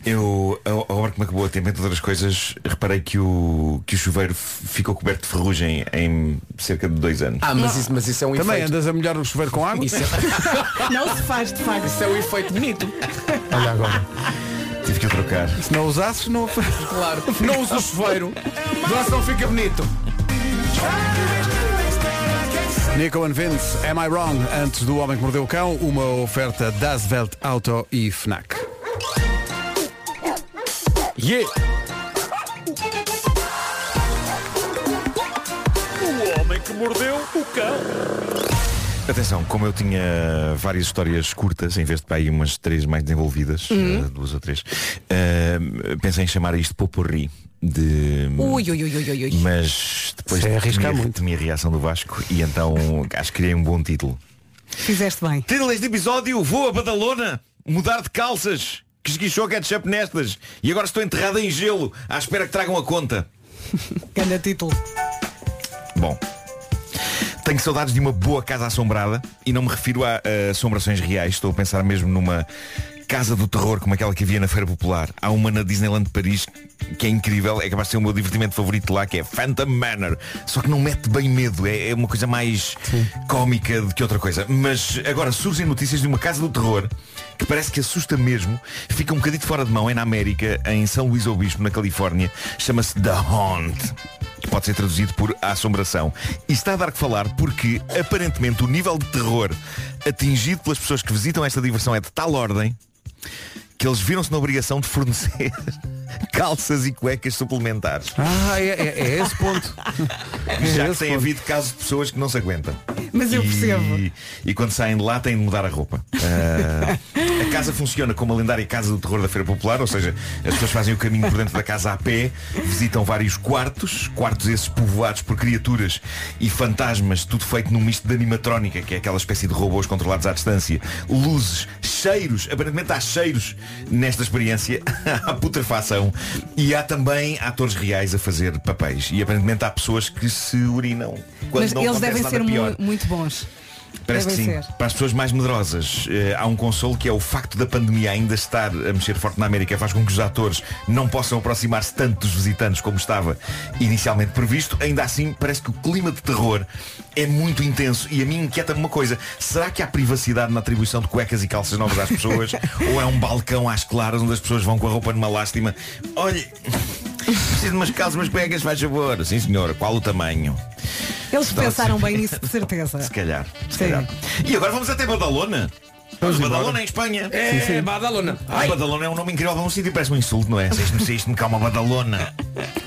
Speaker 10: Eu, a, a obra que que me acabou a tempo, entre outras coisas, reparei que o, que o chuveiro f- ficou coberto de ferrugem em cerca de dois anos.
Speaker 4: Ah, mas isso, mas isso é um
Speaker 2: Também
Speaker 4: efeito.
Speaker 2: andas a molhar o chuveiro com água?
Speaker 4: Isso é,
Speaker 3: Não se faz, de facto.
Speaker 4: Isso é um efeito bonito.
Speaker 2: Olha agora.
Speaker 10: Tive que o trocar.
Speaker 2: Se não usasses, não.
Speaker 4: Claro. Não usa o chuveiro. Nossa, não fica bonito.
Speaker 2: Nico and Vince, Am I Wrong? Antes do Homem que Mordeu o Cão, uma oferta das Welt Auto e FNAC.
Speaker 4: Yeah!
Speaker 13: O homem que mordeu o cão.
Speaker 10: Atenção, como eu tinha várias histórias curtas, em vez de para aí umas três mais desenvolvidas,
Speaker 3: Uhum.
Speaker 10: eh, duas ou três, eh, pensei em chamar isto Poporri. De...
Speaker 3: Ui, ui, ui, ui, ui, ui.
Speaker 10: Mas depois
Speaker 2: Isso é arriscar
Speaker 10: temi- temi a reação do Vasco e então acho que criei um bom título.
Speaker 3: Fizeste bem.
Speaker 10: Título deste episódio, vou a Badalona mudar de calças, que esguichou ketchup nestas e agora estou enterrado em gelo à espera que tragam a conta.
Speaker 3: Grande título.
Speaker 10: Bom. Tenho saudades de uma boa casa assombrada e não me refiro a eh, assombrações reais, estou a pensar mesmo numa casa do terror como aquela que havia na Feira Popular. Há uma na Disneyland de Paris que é incrível, é capaz de ser o meu divertimento favorito lá, que é Phantom Manor. Só que não mete bem medo, é, é uma coisa mais cómica do que outra coisa. Mas agora surgem notícias de uma casa do terror que parece que assusta mesmo, fica um bocadinho fora de mão, é na América, em São Luís Obispo, na Califórnia, chama-se The Haunt que pode ser traduzido por a assombração. E está a dar que falar porque, aparentemente, o nível de terror atingido pelas pessoas que visitam esta diversão é de tal ordem que eles viram-se na obrigação de fornecer calças e cuecas suplementares.
Speaker 2: Ah, é, é- é esse ponto.
Speaker 10: Já que tem havido casos de pessoas que não se aguentam.
Speaker 3: Mas eu
Speaker 10: E-
Speaker 3: percebo.
Speaker 10: E quando saem de lá têm de mudar a roupa. Ah, a casa funciona como a lendária Casa do Terror da Feira Popular, ou seja, as pessoas fazem o caminho por dentro da casa a pé, visitam vários quartos, quartos esses povoados por criaturas e fantasmas, tudo feito num misto de animatrónica, que é aquela espécie de robôs controlados à distância, luzes, cheiros, aparentemente há cheiros nesta experiência, há putrefação e há também atores reais a fazer papéis. E aparentemente há pessoas que se urinam quando
Speaker 3: Mas
Speaker 10: não
Speaker 3: eles
Speaker 10: acontece
Speaker 3: devem
Speaker 10: nada
Speaker 3: ser mu-
Speaker 10: pior.
Speaker 3: muito bons.
Speaker 10: Parece que
Speaker 3: Devem
Speaker 10: sim.
Speaker 3: ser.
Speaker 10: Para as pessoas mais medrosas, eh, há um consolo que é o facto da pandemia ainda estar a mexer forte na América faz com que os atores não possam aproximar-se tanto dos visitantes como estava inicialmente previsto. Ainda assim, parece que o clima de terror é muito intenso e a mim inquieta-me uma coisa. Será que há privacidade na atribuição de cuecas e calças novas às pessoas? Ou é um balcão às claras onde as pessoas vão com a roupa numa lástima? Olha, preciso de umas calças, umas cuecas, faz favor. Sim senhor, qual o tamanho?
Speaker 3: Eles
Speaker 10: Está
Speaker 3: pensaram
Speaker 10: assim.
Speaker 3: bem nisso, de certeza.
Speaker 10: Se calhar, se
Speaker 3: É. Sim.
Speaker 10: calhar. E agora vamos até Badalona. Vamos Badalona em Espanha.
Speaker 4: É, Sim, sim. Badalona.
Speaker 10: Ah, Badalona é um nome incrível para um sítio, parece um insulto, não é? Se isto, se isto me calma Badalona.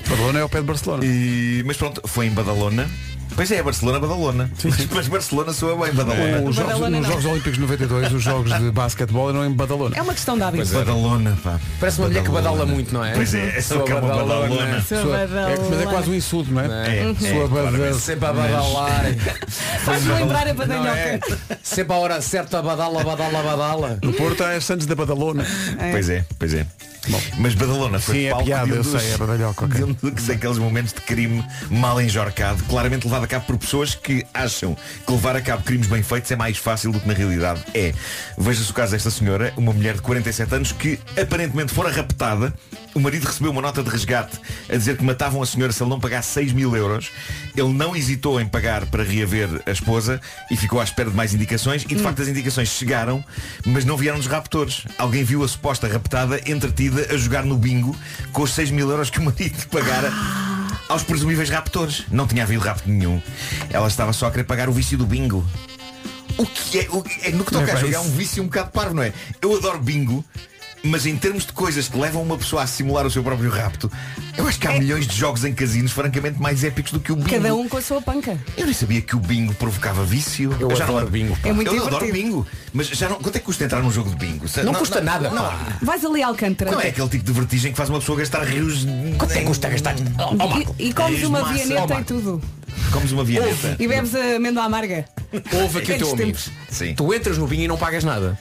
Speaker 2: Badalona é o pé de Barcelona.
Speaker 10: E, mas pronto, foi em Badalona. Pois é, Barcelona, Badalona. Mas, mas Barcelona soa bem, Badalona.
Speaker 2: Os jogos,
Speaker 3: Badalona
Speaker 2: nos
Speaker 3: não.
Speaker 2: Jogos Olímpicos de 92, os jogos de basquetebol eram em Badalona.
Speaker 3: É uma questão de hábito.
Speaker 10: Pois é. Badalona, pá.
Speaker 4: Parece uma mulher que badala muito, não é?
Speaker 10: Pois é, é só
Speaker 4: Sua
Speaker 10: que é uma badalona.
Speaker 3: Sua
Speaker 2: Sua- é, que- mas é
Speaker 3: badalona.
Speaker 2: quase um insulto, não é?
Speaker 10: É,
Speaker 2: Sua
Speaker 10: é,
Speaker 2: badalona.
Speaker 10: claramente.
Speaker 4: Sempre a badalar.
Speaker 10: um
Speaker 3: Faz-me lembrar a
Speaker 4: Não é?
Speaker 3: badalhoca.
Speaker 4: Sempre à hora certa, badala, badala, badala.
Speaker 2: No Porto há as Santos da Badalona.
Speaker 10: Pois é, pois é. Mas Badalona foi
Speaker 2: Sim, é
Speaker 10: palco
Speaker 2: piada,
Speaker 10: de um
Speaker 2: eu
Speaker 10: dos,
Speaker 2: sei, é badalhoca, ok.
Speaker 10: de um dos- daqueles momentos de crime mal enjorcado, claramente levado a cabo por pessoas que acham que levar a cabo crimes bem feitos é mais fácil do que na realidade é. Veja-se o caso desta senhora, uma mulher de 47 anos que aparentemente fora raptada, o marido recebeu uma nota de resgate a dizer que matavam a senhora se ele não pagasse 6 mil euros. Ele não hesitou em pagar para reaver a esposa e ficou à espera de mais indicações e de facto as indicações chegaram, mas não vieram dos raptores. Alguém viu a suposta raptada entretida a jogar no bingo com os 6 mil euros que o marido pagara aos presumíveis raptores. Não tinha havido rapto nenhum. Ela estava só a querer pagar o vício do bingo. O que é, o que é no que toca
Speaker 2: Epá,
Speaker 10: a jogar é
Speaker 2: isso-
Speaker 10: um vício um bocado parvo, não é? Eu adoro bingo, mas em termos de coisas que levam uma pessoa a simular o seu próprio rapto, eu acho que há milhões de jogos em casinos francamente mais épicos do que o bingo.
Speaker 3: Cada um com a sua panca.
Speaker 10: Eu nem sabia que o bingo provocava vício.
Speaker 4: Eu
Speaker 10: já não
Speaker 4: adoro
Speaker 10: lembro.
Speaker 4: bingo, pá.
Speaker 3: É muito
Speaker 10: Eu adoro
Speaker 3: divertido.
Speaker 10: bingo. Mas já não. Quanto é que custa entrar num jogo de bingo? Se-
Speaker 4: Não custa nada, pá.
Speaker 3: Vais ali a Alcântara.
Speaker 10: Não é aquele tipo de vertigem que faz uma pessoa gastar rios.
Speaker 4: Quanto é que custa gastar? Oh, oh, Marco.
Speaker 3: E, e comes
Speaker 10: Tens
Speaker 3: uma
Speaker 10: massa. Oh,
Speaker 3: vianeta e
Speaker 10: Marco.
Speaker 3: tudo.
Speaker 10: Comes uma vianeta.
Speaker 3: E bebes a amêndoa amarga.
Speaker 4: Ouve aqui o teu
Speaker 3: Estes
Speaker 4: amigo.
Speaker 3: tempos.
Speaker 10: Sim.
Speaker 4: Tu entras no vinho e não pagas nada.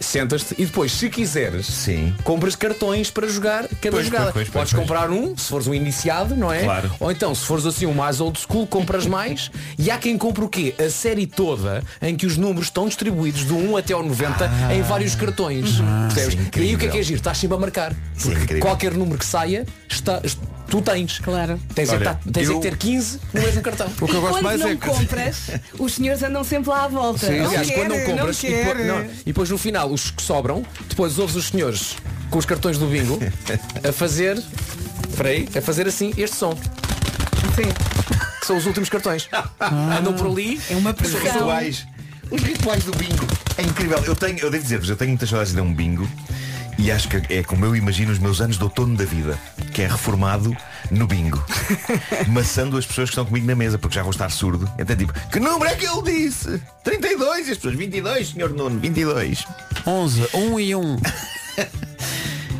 Speaker 4: sentas-te e depois, se quiseres, compras cartões para jogar cada
Speaker 14: Pois,
Speaker 4: jogada.
Speaker 14: pois, pois,
Speaker 4: Podes
Speaker 14: pois,
Speaker 4: comprar um, se fores um iniciado, não é?
Speaker 14: Claro.
Speaker 4: Ou então, se fores assim um mais old school, compras mais. e há quem compra o quê? A série toda em que os números estão distribuídos do 1 até ao 90 em vários cartões. Percebes?
Speaker 14: Ah. isso é
Speaker 4: e aí o que é que
Speaker 14: incrível. é
Speaker 4: é giro? Estás sempre a marcar. Porque qualquer número que saia, está, tu tens. Claro. Tens, é que
Speaker 2: Olha,
Speaker 4: tá- tens é que
Speaker 2: eu-
Speaker 4: ter 15 no mesmo cartão.
Speaker 2: O que eu gosto
Speaker 3: quando
Speaker 2: mais
Speaker 3: não
Speaker 2: é que-
Speaker 3: compras, os senhores andam sempre lá à volta.
Speaker 4: Sim,
Speaker 3: não
Speaker 4: aliás,
Speaker 3: quero,
Speaker 4: quando não compras e, depois-
Speaker 3: quero.
Speaker 4: não, e depois no final os que sobram, depois ouves os senhores com os cartões do bingo a fazer, peraí, a fazer assim este som.
Speaker 3: Sim.
Speaker 4: Que são os últimos cartões. Andam por ali.
Speaker 3: É uma
Speaker 10: Os rituais. Os rituais do bingo. É incrível. Eu tenho, eu devo dizer-vos, eu tenho muitas saudades de dar um bingo. E acho que é como eu imagino os meus anos de outono da vida, que é reformado no bingo, maçando as pessoas que estão comigo na mesa, porque já vou estar surdo. Então, tipo, que número é que ele disse? 32, e as pessoas, 22, senhor Nuno, 22.
Speaker 2: 11, 1 e 1.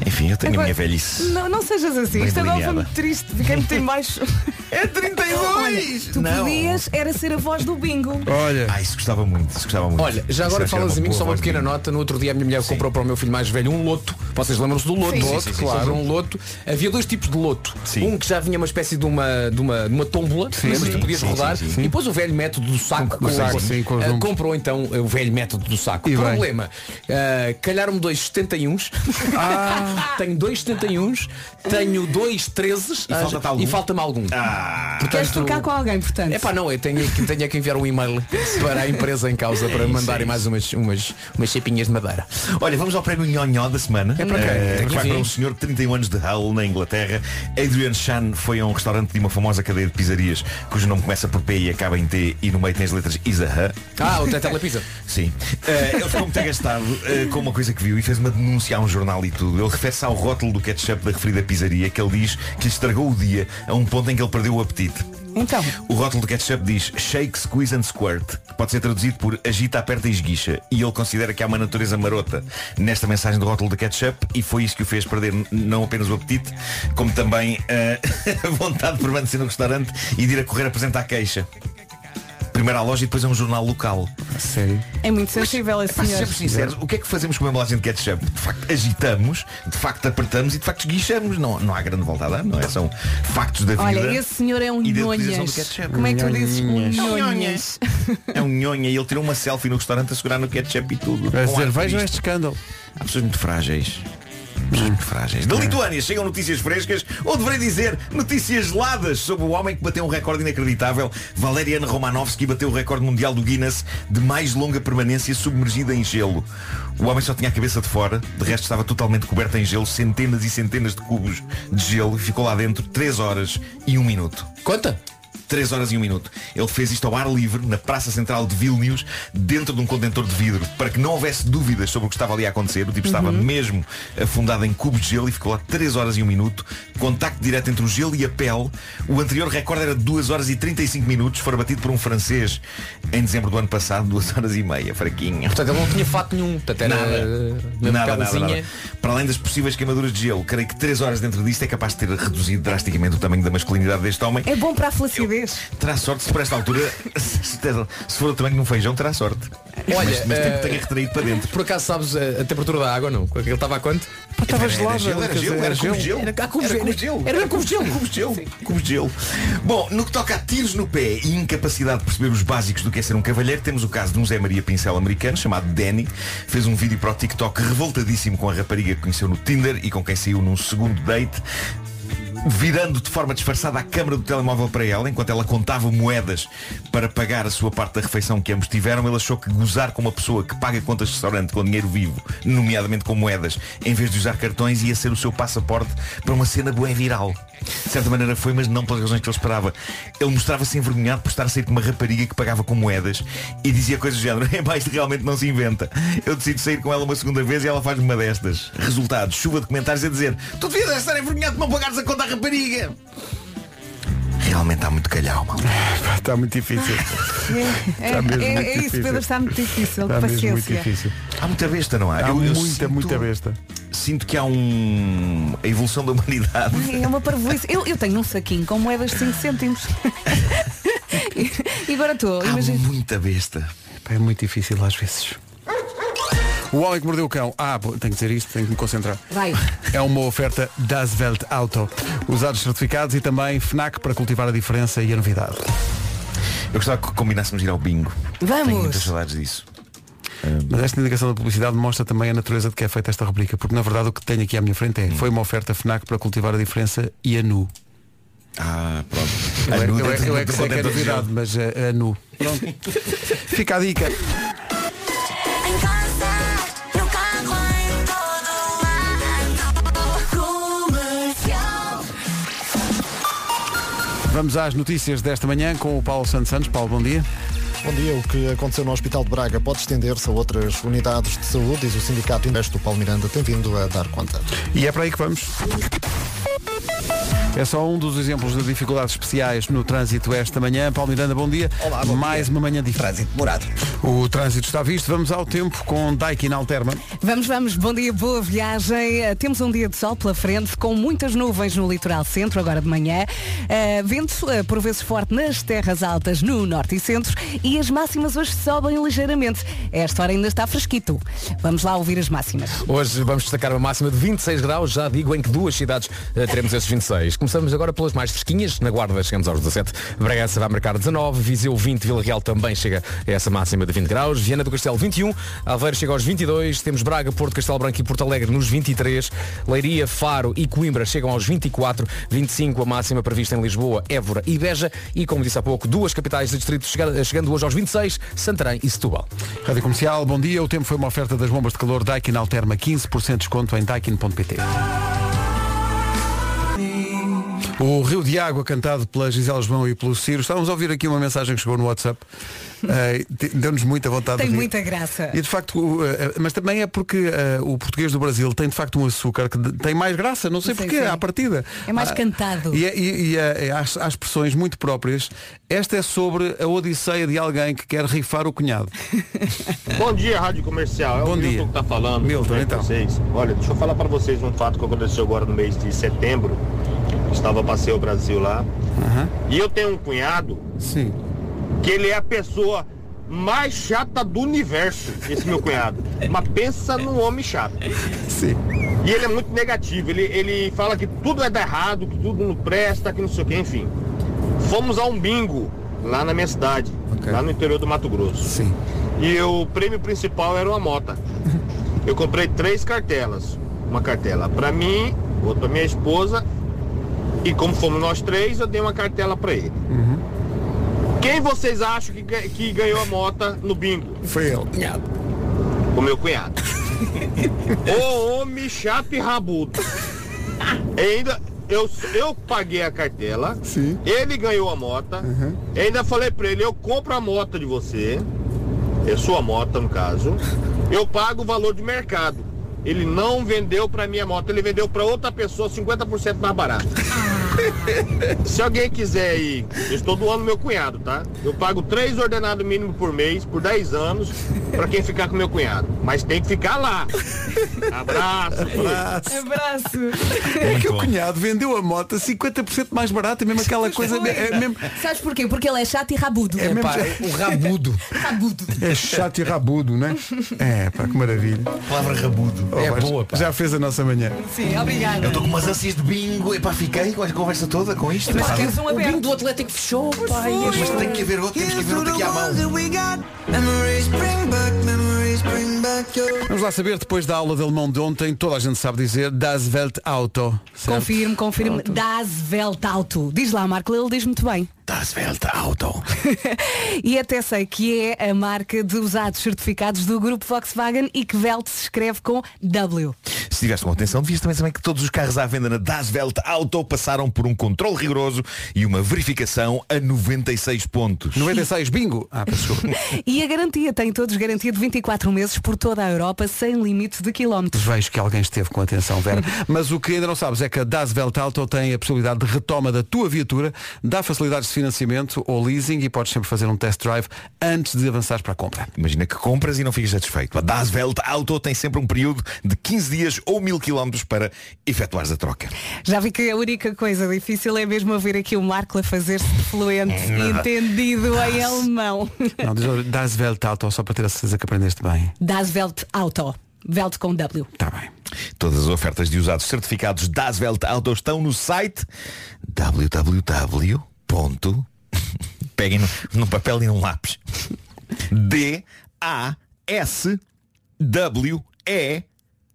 Speaker 10: Enfim, eu tenho a
Speaker 3: Agora-
Speaker 10: minha velhice.
Speaker 3: Não, não sejas assim,
Speaker 10: Bem
Speaker 3: isto agora
Speaker 10: delineada.
Speaker 3: foi-me triste, fiquei muito em baixo.
Speaker 10: É 32!
Speaker 3: tu
Speaker 10: Não.
Speaker 3: podias era ser a voz do bingo.
Speaker 2: Olha.
Speaker 10: Ah, isso gostava muito, isso gostava muito.
Speaker 4: Olha, já agora
Speaker 10: Isso é era
Speaker 4: falas em mim,
Speaker 10: boa
Speaker 4: só uma
Speaker 10: voz de
Speaker 4: pequena
Speaker 10: bingo.
Speaker 4: nota. No outro dia a minha mulher comprou para o meu filho mais velho um loto. Vocês lembram-se do loto?
Speaker 10: Sim.
Speaker 4: Loto,
Speaker 10: Sim, sim, sim,
Speaker 4: claro,
Speaker 10: sim.
Speaker 4: um loto. Havia dois tipos de loto. Um que já vinha uma espécie de uma, de uma, de uma tómbola,
Speaker 2: Sim,
Speaker 4: lembras que
Speaker 2: sim,
Speaker 4: tu podias
Speaker 2: sim,
Speaker 4: rodar.
Speaker 2: sim, sim.
Speaker 4: E depois o velho método do saco.
Speaker 2: Com o saco,
Speaker 4: osso.
Speaker 2: sim, com os
Speaker 4: Ah,
Speaker 2: números.
Speaker 4: comprou então o velho método do saco.
Speaker 2: E bem.
Speaker 4: Problema. ah, calharam-me dois 71s. Tenho dois 71s, tenho dois 13s
Speaker 3: E falta-te algum?
Speaker 4: e falta-me algum.
Speaker 10: Ah.
Speaker 3: Queres trocar com alguém, portanto.
Speaker 4: É pá, não, eu tenho que, tenho que enviar um e-mail para a empresa em causa para
Speaker 10: É isso,
Speaker 4: mandarem
Speaker 10: é
Speaker 4: mais umas, umas, umas chapinhas de madeira.
Speaker 10: Olha, vamos ao prémio Nhonhó da semana.
Speaker 4: É para quem?
Speaker 10: Eh,
Speaker 4: É
Speaker 10: que vai
Speaker 4: que
Speaker 10: para
Speaker 4: sim.
Speaker 10: um senhor de 31 anos de Hull, na Inglaterra. Adrian Chan foi a um restaurante de uma famosa cadeia de pizzarias, cujo nome começa por P e acaba em T e no meio tem as letras Isaha.
Speaker 4: Ah, o Tetela Pizza.
Speaker 10: Sim. Eh, ele ficou muito agastado eh, com uma coisa que viu e fez uma denúncia a um jornal e tudo. Ele refere-se ao rótulo do ketchup da referida pizzaria que ele diz que lhe estragou o dia a um ponto em que ele perdeu o apetite.
Speaker 3: Então.
Speaker 10: O rótulo do ketchup diz Shake, Squeeze and Squirt, que pode ser traduzido por agita, aperta e esguicha. E ele considera que há uma natureza marota nesta mensagem do rótulo do ketchup e foi isso que o fez perder n- não apenas o apetite, como também eh, a vontade de permanecer no restaurante e de ir a correr apresentar queixa. Primeiro à loja e depois a um jornal local.
Speaker 2: Sério?
Speaker 3: É muito sensível esse
Speaker 10: Mas
Speaker 3: senhor.
Speaker 10: sejamos sinceros, o que é que fazemos com uma embalagem de ketchup? De facto agitamos, de facto apertamos e de facto esguichamos. Não, não há grande volta a dar, não é? São factos da vida.
Speaker 3: Olha, esse senhor é um
Speaker 10: né? e da utilização do
Speaker 3: nhonhas.
Speaker 10: ketchup.
Speaker 3: Como é que tu dizes? Um
Speaker 10: Nhonhas. É um
Speaker 3: nhonhas.
Speaker 10: É um nhonha e ele tirou uma selfie no restaurante a segurar no ketchup e tudo.
Speaker 2: A
Speaker 10: Com
Speaker 2: dizer,
Speaker 10: ar
Speaker 2: vejam
Speaker 10: triste.
Speaker 2: é este escândalo.
Speaker 10: Há pessoas muito frágeis. Pessoas muito frágeis. Da Lituânia chegam notícias frescas, ou deverei dizer, notícias geladas sobre o homem que bateu um recorde inacreditável. Valerian Romanovski bateu o recorde mundial do Guinness de mais longa permanência submergida em gelo. O homem só tinha a cabeça de fora, de resto estava totalmente coberto em gelo, centenas e centenas de cubos de gelo, e ficou lá dentro 3 horas e 1 minuto.
Speaker 4: Conta!
Speaker 10: 3 horas e 1 minuto. Ele fez isto ao ar livre, na Praça Central de Vilnius, dentro de um contentor de vidro, para que não houvesse dúvidas sobre o que estava ali a acontecer. O tipo estava mesmo afundado em cubos de gelo e ficou lá 3 horas e 1 minuto. Contacto direto entre o gelo e a pele. O anterior recorde era de 2 horas e 35 minutos. Fora batido por um francês em dezembro do ano passado, 2 horas e meia, fraquinho.
Speaker 4: Portanto, ele não tinha fato nenhum. Portanto, era eh,
Speaker 10: Nada.
Speaker 4: mesmo
Speaker 10: Nada, nada,
Speaker 4: pelezinha.
Speaker 10: nada. Para além das possíveis queimaduras de gelo, creio que 3 horas dentro disto é capaz de ter reduzido drasticamente o tamanho da masculinidade deste homem.
Speaker 3: É bom para a flacidez.
Speaker 10: Terá sorte se por esta altura se der- se for o tamanho de um feijão terá sorte.
Speaker 4: Olha,
Speaker 10: mas, mas tem
Speaker 4: eh,
Speaker 10: que ter retraído para dentro.
Speaker 4: Por acaso sabes a, a temperatura da água não? Ele estava a quanto?
Speaker 10: Era- era gelo, era gelo, era cubo de gelo.
Speaker 4: Era cubo
Speaker 10: Era cubo
Speaker 4: de
Speaker 10: de
Speaker 4: gelo.
Speaker 10: gelo.
Speaker 4: Era cubo de gelo.
Speaker 10: Cubos de gelo. Cubos de gelo. Bom, no que toca a tiros no pé e incapacidade de perceber os básicos do que é ser um cavalheiro, temos o caso de um Zé Maria Pincel americano chamado Danny. Fez um vídeo para o TikTok revoltadíssimo com a rapariga que conheceu no Tinder e com quem saiu num segundo date. Virando de forma disfarçada a câmara do telemóvel para ela, enquanto ela contava moedas para pagar a sua parte da refeição que ambos tiveram, ele achou que gozar com uma pessoa que paga contas de restaurante com dinheiro vivo, nomeadamente com moedas, em vez de usar cartões, ia ser o seu passaporte para uma cena bem viral. De certa maneira foi, mas não pelas razões que ele esperava. Ele mostrava-se envergonhado por estar a sair com uma rapariga que pagava com moedas e dizia coisas do género, é mais realmente não se inventa. Eu decido sair com ela uma segunda vez e ela faz-me uma destas. Resultado, chuva de comentários a dizer, tu devias estar envergonhado de não pagares a conta à rapariga. Realmente há muito calhau, mal.
Speaker 2: Está muito difícil.
Speaker 3: É,
Speaker 10: Está mesmo
Speaker 3: é-
Speaker 10: muito
Speaker 3: é isso,
Speaker 10: difícil.
Speaker 3: Pedro, está muito difícil.
Speaker 10: Está mesmo
Speaker 3: Paciência.
Speaker 10: muito difícil. Há muita besta, não há?
Speaker 2: Há É muita, muita
Speaker 10: besta. Sinto que há um. a evolução da humanidade.
Speaker 3: Ai, É uma parvoíce. Eu, eu tenho um saquinho com moedas de 5 cêntimos. E- e agora estou,
Speaker 10: Há
Speaker 3: imagina.
Speaker 10: muita besta.
Speaker 2: É muito difícil às vezes. O Homem que Mordeu o Cão. Ah, pô, tenho que dizer isto, tenho que me concentrar.
Speaker 14: Vai.
Speaker 2: É uma oferta Das Welt Auto. Usados certificados e também FNAC para cultivar a diferença e a novidade.
Speaker 10: Eu gostava que combinássemos ir ao bingo.
Speaker 2: Vamos.
Speaker 10: Tenho muitas saudades disso.
Speaker 2: Mas esta indicação da publicidade mostra também a natureza de que é feita esta rubrica, porque na verdade o que tenho aqui à minha frente é foi uma oferta FNAC para cultivar a diferença e a nu.
Speaker 10: Ah, pronto.
Speaker 2: Eu, é-
Speaker 10: A nu
Speaker 2: eu, é-
Speaker 10: dentro
Speaker 2: eu
Speaker 10: do-
Speaker 2: é que
Speaker 10: do
Speaker 2: sei que é
Speaker 10: contexto do
Speaker 2: novidade,
Speaker 10: jogo.
Speaker 2: mas eh, a nu. Pronto. Fica a dica. Vamos às notícias desta manhã com o Paulo Santos Santos. Paulo, bom dia.
Speaker 11: Bom dia. O que aconteceu no Hospital de Braga pode estender-se a outras unidades de saúde, diz o sindicato. O resto do Paulo Miranda tem vindo a dar conta.
Speaker 2: E é para aí que vamos. É só um dos exemplos de dificuldades especiais no trânsito esta manhã. Paulo Miranda, bom dia. Olá, bom Mais uma manhã diferente. Trânsito
Speaker 1: demorado.
Speaker 2: O trânsito está visto. Vamos ao tempo com Daikin Alterma.
Speaker 3: Vamos, vamos, bom dia, boa viagem. Eh, Temos um dia de sol pela frente, com muitas nuvens no litoral centro, agora de manhã. Eh, vento, eh, por vezes forte, nas terras altas, no norte e centro. E as máximas hoje sobem ligeiramente. Esta hora ainda está fresquito. Vamos lá ouvir as máximas.
Speaker 4: Hoje vamos destacar uma máxima de 26 graus, já digo em que duas cidades eh, teremos esses 26. Começamos agora pelas mais fresquinhas, na Guarda chegamos aos 17, Bragança vai marcar 19, Viseu 20, Vila Real também chega a essa máxima de 20 graus, Viana do Castelo 21, Aveiro chega aos 22, temos Braga, Porto, Castelo Branco e Porto Alegre nos 23, Leiria, Faro e Coimbra chegam aos 24, 25 a máxima prevista em Lisboa, Évora e Beja e, como disse há pouco, duas capitais de distrito chega- chegando hoje aos 26, Santarém e Setúbal.
Speaker 2: Rádio Comercial, bom dia. O tempo foi uma oferta das bombas de calor Daikin Alterma. 15% de desconto em daikin.pt. O Rio de Água, cantado pela Gisela João e pelo Ciro. Estávamos a ouvir aqui uma mensagem que chegou no WhatsApp. Eh, te- Deu-nos muita vontade
Speaker 3: Tem
Speaker 2: de rir.
Speaker 3: muita graça.
Speaker 2: E de facto, o, eh, eh, mas também é porque eh, o português do Brasil tem de facto um açúcar que de- tem mais graça, não sei
Speaker 3: Sim,
Speaker 2: porquê,
Speaker 3: sim.
Speaker 2: à partida.
Speaker 3: É mais
Speaker 2: Ah,
Speaker 3: cantado.
Speaker 2: E, é- e- e é- é- há, há expressões muito próprias. Esta é sobre a odisseia de alguém que quer rifar o cunhado.
Speaker 15: Bom dia, Rádio Comercial. É o Milton que tá falando. Milton, então. Vocês. Olha, deixa eu falar para vocês um fato que aconteceu agora no mês de setembro. Estava a passeio ao Brasil lá. E eu tenho um cunhado.
Speaker 2: Sim.
Speaker 15: Que ele é a pessoa mais chata do universo, esse meu cunhado. Mas pensa num homem chato.
Speaker 2: Sim.
Speaker 15: E ele é muito negativo. Ele, ele fala que tudo é dar errado, que tudo não presta, que não sei o que, enfim. Fomos a um bingo lá na minha cidade, lá no interior do Mato Grosso.
Speaker 2: Sim.
Speaker 15: E o prêmio principal era uma mota. Eu comprei três cartelas. Uma cartela para mim, outra pra minha esposa. E como fomos nós três, eu dei uma cartela para ele.
Speaker 2: Uhum.
Speaker 15: Quem vocês acham que, ga- que ganhou a mota no bingo?
Speaker 2: Foi ele.
Speaker 15: O meu cunhado. o homem chato e rabudo. Ainda eu, eu paguei a cartela, ele ganhou a mota, ainda falei pra ele, eu compro a mota de você, é sua mota no caso, eu pago o valor de mercado. Ele não vendeu pra minha moto, ele vendeu pra outra pessoa 50% mais barato. Se alguém quiser aí, eu estou doando meu cunhado, tá? Eu pago três ordenados mínimo por mês, por 10 anos, pra quem ficar com meu cunhado. Mas tem que ficar lá. Abraço.
Speaker 2: Abraço.
Speaker 3: Abraço.
Speaker 2: É que o cunhado vendeu a moto a 50% mais barata, é mesmo aquela coisa. É, mesmo,
Speaker 3: Sabes porquê? Porque ele é chato e rabudo.
Speaker 2: É mesmo- Epá, o rabudo.
Speaker 3: rabudo.
Speaker 2: é chato e rabudo, não é? É, pá, que maravilha.
Speaker 6: Palavra rabudo.
Speaker 2: Oh, mas Já fez a nossa manhã.
Speaker 3: Sim, obrigada.
Speaker 6: Eu estou com umas ânsias de bingo. Epá, fiquei com a conversa toda com isto.
Speaker 14: Mas
Speaker 6: Pá,
Speaker 14: temos um aberto. O bingo do Atlético fechou, pai.
Speaker 6: Mas tem que haver outro, temos que haver outro aqui à mão.
Speaker 2: Vamos lá saber, depois da aula de alemão de ontem, toda a gente sabe dizer Das Welt Auto. certo?
Speaker 3: Confirmo, confirmo. Das Welt Auto. Diz lá, Marco, ele diz muito bem.
Speaker 6: Das Welt Auto.
Speaker 3: E até sei que é a marca de usados certificados do grupo Volkswagen e que Welt se escreve com W.
Speaker 10: Se tiveste com atenção, devias também saber que todos os carros à venda na Das Welt Auto passaram por um controle rigoroso e uma verificação a 96 pontos.
Speaker 2: 96 bingo. Ah, pessoal.
Speaker 3: E a garantia, tem todos garantia de 24 meses por toda a Europa, sem limite de quilómetros.
Speaker 2: Vejo que alguém esteve com atenção, Vera. Mas o que ainda não sabes é que a Das Welt Auto tem a possibilidade de retoma da tua viatura, dá facilidades de financiamento ou leasing e podes sempre fazer um test drive antes de avançares para a compra.
Speaker 10: Imagina que compras e não ficas satisfeito. A Das Welt Auto tem sempre um período de 15 dias ou 1000 km para efetuares a troca.
Speaker 3: Já vi que a única coisa difícil é mesmo ouvir aqui o Marco a fazer-se de fluente
Speaker 6: É
Speaker 3: e
Speaker 2: Nada.
Speaker 3: entendido em alemão.
Speaker 2: Não, diz Das Welt Auto, só para ter a certeza que aprendeste bem.
Speaker 3: Das Welt Auto. Velt com W.
Speaker 2: Tá bem.
Speaker 10: Todas as ofertas de usados certificados das Welt Auto estão no site www. Peguem no- num papel e num lápis. D A S W E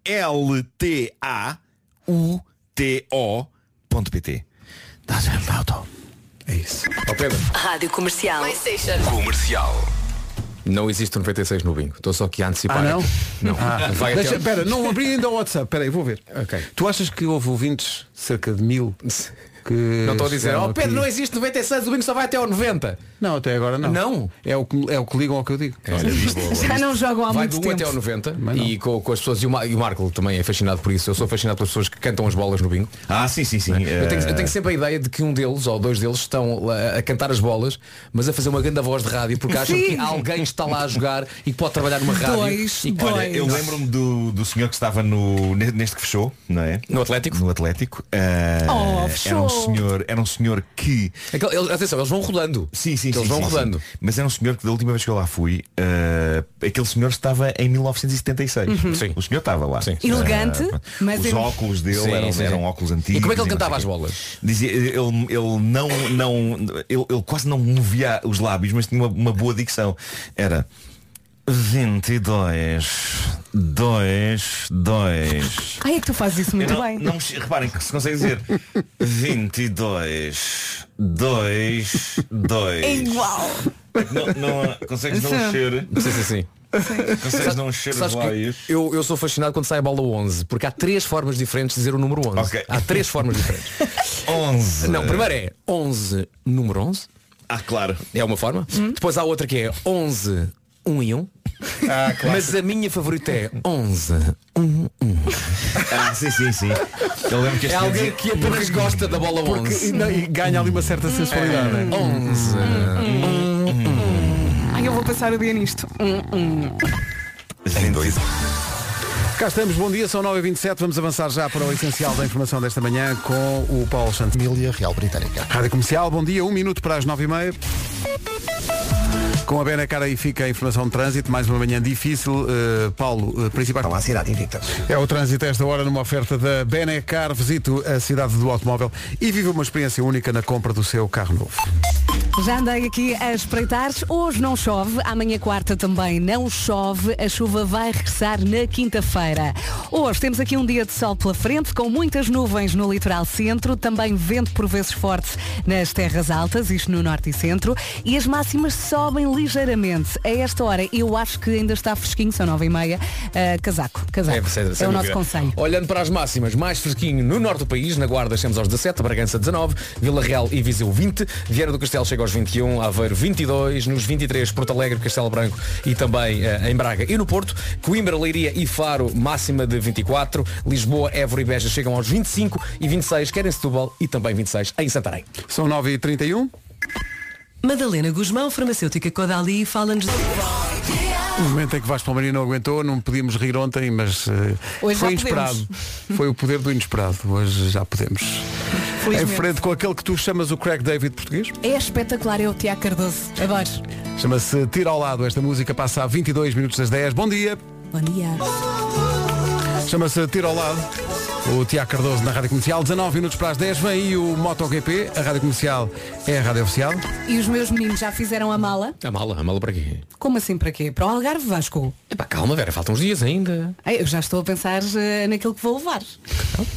Speaker 10: L T A U T O.pt. Das Welt Auto.
Speaker 2: É isso.
Speaker 4: Ó Pedro,
Speaker 9: Rádio Comercial.
Speaker 4: Comercial. Não existe um 96 no bingo. Estou só aqui a antecipar.
Speaker 2: Ah, não?
Speaker 4: Não.
Speaker 2: Ah,
Speaker 4: Vai
Speaker 2: deixa,
Speaker 4: até...
Speaker 2: Espera, não abri ainda o WhatsApp. Espera aí, vou ver. Tu achas que houve ouvintes, cerca de mil, que...
Speaker 4: Não estou a dizer,
Speaker 2: chegaram
Speaker 4: ó Pedro,
Speaker 2: aqui?
Speaker 4: não existe 96, o bingo só vai até ao 90.
Speaker 2: Não, até agora não.
Speaker 4: Não?
Speaker 2: É o que, é o que ligam ao que eu digo.
Speaker 3: Já não jogam há
Speaker 4: Vai do
Speaker 3: muito
Speaker 4: 1
Speaker 3: tempo.
Speaker 4: até ao 90 e com, com as pessoas, e o, Ma- e o Marco também é fascinado por isso. Eu sou fascinado pelas pessoas que cantam as bolas no bingo.
Speaker 10: Ah, sim, sim, sim.
Speaker 4: Eu tenho, eu tenho sempre a ideia de que um deles ou dois deles estão lá a cantar as bolas, mas a fazer uma grande voz de rádio porque acham
Speaker 3: Sim.
Speaker 4: que alguém está lá a jogar e que pode trabalhar numa rádio.
Speaker 3: Dois,
Speaker 4: e,
Speaker 10: Olha, eu lembro-me do, do senhor que estava no, ne- neste que fechou, não é?
Speaker 4: No Atlético.
Speaker 10: No Atlético. Ah,
Speaker 4: Oh,
Speaker 10: era, um
Speaker 4: fechou.
Speaker 10: senhor, era um senhor que.
Speaker 4: Aquele- eles- atenção, eles vão rodando.
Speaker 10: Sim, sim,
Speaker 4: Eles
Speaker 10: sim,
Speaker 4: vão
Speaker 10: sim,
Speaker 4: rodando.
Speaker 10: sim. Mas era um senhor que da última vez que eu lá fui, ah, aquele senhor estava em 1976.
Speaker 4: Uhum.
Speaker 10: O senhor estava lá.
Speaker 3: Elegante,
Speaker 10: Ah, pronto.
Speaker 3: mas
Speaker 10: Os
Speaker 3: ele-
Speaker 10: óculos dele
Speaker 4: Sim,
Speaker 10: eram,
Speaker 4: sim, sim.
Speaker 10: eram óculos antigos.
Speaker 4: E como é que ele
Speaker 10: não
Speaker 4: cantava
Speaker 10: sei
Speaker 4: as
Speaker 10: o quê.
Speaker 4: bolas?
Speaker 10: Dizia, ele, ele não, não ele, ele quase não movia os lábios, mas tinha uma, uma boa dicção. Era 22, 2, 2.
Speaker 3: Ai, é que tu fazes isso muito
Speaker 10: Eu não,
Speaker 3: bem.
Speaker 10: não me che- reparem que se consegue dizer 22, 2, 2.
Speaker 3: É igual.
Speaker 10: Não, não, consegues não
Speaker 4: Sim.
Speaker 10: mexer.
Speaker 4: Sim, sim, sim.
Speaker 10: Consegues não mexer os
Speaker 4: Sabes que
Speaker 10: lábios.
Speaker 4: eu, eu sou fascinado quando sai a bola 11 Porque há três formas diferentes de dizer o número 11
Speaker 10: Ok.
Speaker 4: Há três formas diferentes
Speaker 10: 11.
Speaker 4: Não, primeiro é 11, número 11
Speaker 10: Ah, claro
Speaker 4: É uma forma Depois há outra que é 11, 1 e 1
Speaker 10: Ah, claro.
Speaker 4: Mas a minha favorita é 11
Speaker 10: Ah, sim, sim, sim. Eu lembro que
Speaker 4: É
Speaker 10: este
Speaker 4: alguém
Speaker 10: senhor
Speaker 4: que
Speaker 10: dizia-
Speaker 4: apenas gosta da bola
Speaker 2: Porque, e,
Speaker 4: 11
Speaker 2: não, e ganha ali uma certa sensualidade. não é?
Speaker 4: 11
Speaker 3: Ai, eu vou passar o dia nisto. Hum, hum.
Speaker 2: Cá estamos, bom dia, são 9h27, vamos avançar já para o essencial da informação desta manhã com o Paulo Santos.
Speaker 11: Família Real Britânica.
Speaker 2: Rádio Comercial, bom dia, um minuto para as 9h30. Com a Bena Cara aí fica a informação de trânsito, mais uma manhã difícil. Eh, Paulo, eh, principais...
Speaker 1: Então, a cidade invicta.
Speaker 2: É o trânsito a esta hora numa oferta da Benecar. Visito a cidade do automóvel e vive uma experiência única na compra do seu carro novo.
Speaker 3: Já andei aqui a espreitar. Hoje não chove, amanhã quarta também não chove. A chuva vai regressar na quinta-feira. Hoje temos aqui um dia de sol pela frente, com muitas nuvens no litoral centro, também vento por vezes forte nas terras altas, isto no norte e centro, e as máximas sobem ligeiramente. A esta hora eu acho que ainda está fresquinho, são nove e meia. Ah, casaco, casaco. É,
Speaker 4: sem- sem
Speaker 3: o nosso
Speaker 4: dúvida.
Speaker 3: conselho.
Speaker 4: Olhando para as máximas, mais fresquinho no norte do país, na Guarda chegamos aos 17, Bragança 19, Vila Real e Viseu 20, Vieira do Castelo chega aos 21, Aveiro 22, nos 23 Porto Alegre, Castelo Branco e também eh, em Braga e no Porto, Coimbra, Leiria e Faro máxima de 24, Lisboa, Évora e Beja chegam aos 25 e 26, quer em Setúbal e também 26 em Santarém.
Speaker 2: São 9h31.
Speaker 16: Madalena Guzmão, farmacêutica Codali, fala-nos...
Speaker 2: O momento em que Vasco Palmeirinho não aguentou, não podíamos rir ontem, mas eh,
Speaker 16: Hoje
Speaker 2: foi
Speaker 16: já
Speaker 2: inesperado. Foi o poder do inesperado. Hoje já podemos. Em frente com aquele que tu chamas o Craig David português.
Speaker 3: É espetacular, eu, Tiago Cardoso. Adoro.
Speaker 2: Chama-se Tira ao Lado. Esta música passa a 22 minutos das 10. Bom dia.
Speaker 3: Bom dia.
Speaker 2: Chama-se Tira ao Lado. O Tiago Cardoso na Rádio Comercial. 19 minutos para as 10. Vem aí o MotoGP. A Rádio Comercial é a Rádio Oficial.
Speaker 3: E os meus meninos já fizeram a mala?
Speaker 4: A mala, a mala para quê?
Speaker 3: Como assim para quê? Para o Algarve Vasco?
Speaker 4: Epá, calma Vera, faltam uns dias ainda.
Speaker 3: Ei, Eu já estou a pensar eh, naquilo que vou levar.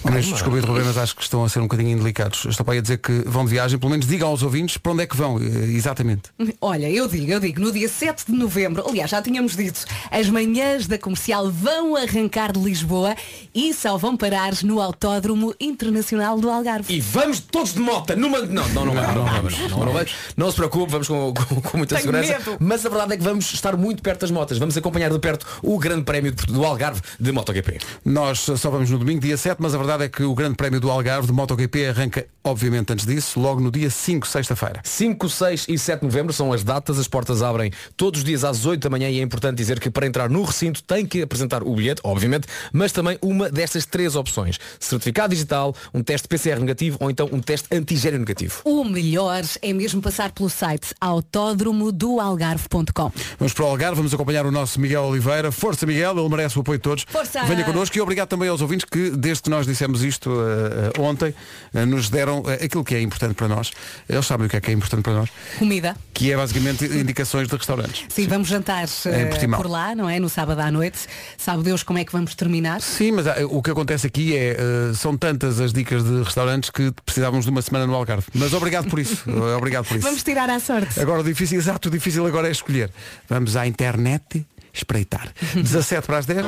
Speaker 2: Mas descobri de Rubem, mas acho que estão a ser um bocadinho indelicados. Estou para aí a dizer que vão de viagem. Pelo menos digam aos ouvintes para onde é que vão. eh, Exatamente.
Speaker 3: Olha, eu digo, eu digo, no dia 7 de novembro, aliás, já tínhamos dito, as manhãs da comercial vão arrancar de Lisboa e só vão parar no Autódromo Internacional do Algarve.
Speaker 4: E vamos todos de mota numa. Não, não, não vamos, não vamos. Não, não vamos. Não se preocupe, vamos com, com- com muita
Speaker 3: Tenho
Speaker 4: segurança.
Speaker 3: medo.
Speaker 4: Mas a verdade é que vamos estar muito perto das motas. Vamos acompanhar de perto o Grande Prémio de- do Algarve de MotoGP.
Speaker 2: Nós só vamos no domingo, dia 7, mas a verdade é que o Grande Prémio do Algarve de MotoGP arranca, obviamente, antes disso, logo no dia 5, sexta-feira.
Speaker 4: 5, 6 e 7 de novembro são as datas, as portas abrem todos os dias às 8 da manhã e é importante dizer que para entrar no recinto tem que apresentar o bilhete, obviamente, mas também uma destas três opções. informações. Certificado digital, um teste PCR negativo ou então um teste antigênio negativo.
Speaker 3: O melhor é mesmo passar pelo site autódromo do Algarve.com.
Speaker 2: Vamos para o Algarve, vamos acompanhar o nosso Miguel Oliveira. Força, Miguel, ele merece o apoio de todos.
Speaker 3: Força!
Speaker 2: Venha connosco e obrigado também aos ouvintes que, desde que nós dissemos isto eh, eh, ontem, eh, nos deram eh, aquilo que é importante para nós. Eles sabem o que é que é importante para nós,
Speaker 3: Comida.
Speaker 2: que é basicamente indicações de restaurantes.
Speaker 3: Sim, vamos jantar
Speaker 2: Em
Speaker 3: eh,
Speaker 2: Portimão.
Speaker 3: por lá, não é? No sábado à noite. Sabe Deus como é que vamos terminar?
Speaker 2: Sim, mas ah, o que acontece aqui é, eh, são tantas as dicas de restaurantes que precisávamos de uma semana no Algarve. Mas obrigado por isso. Eh, obrigado por isso.
Speaker 3: Vamos tirar à sorte.
Speaker 2: Agora o difícil, exato, o difícil agora é escolher. Vamos à internet espreitar. 17 para as 10.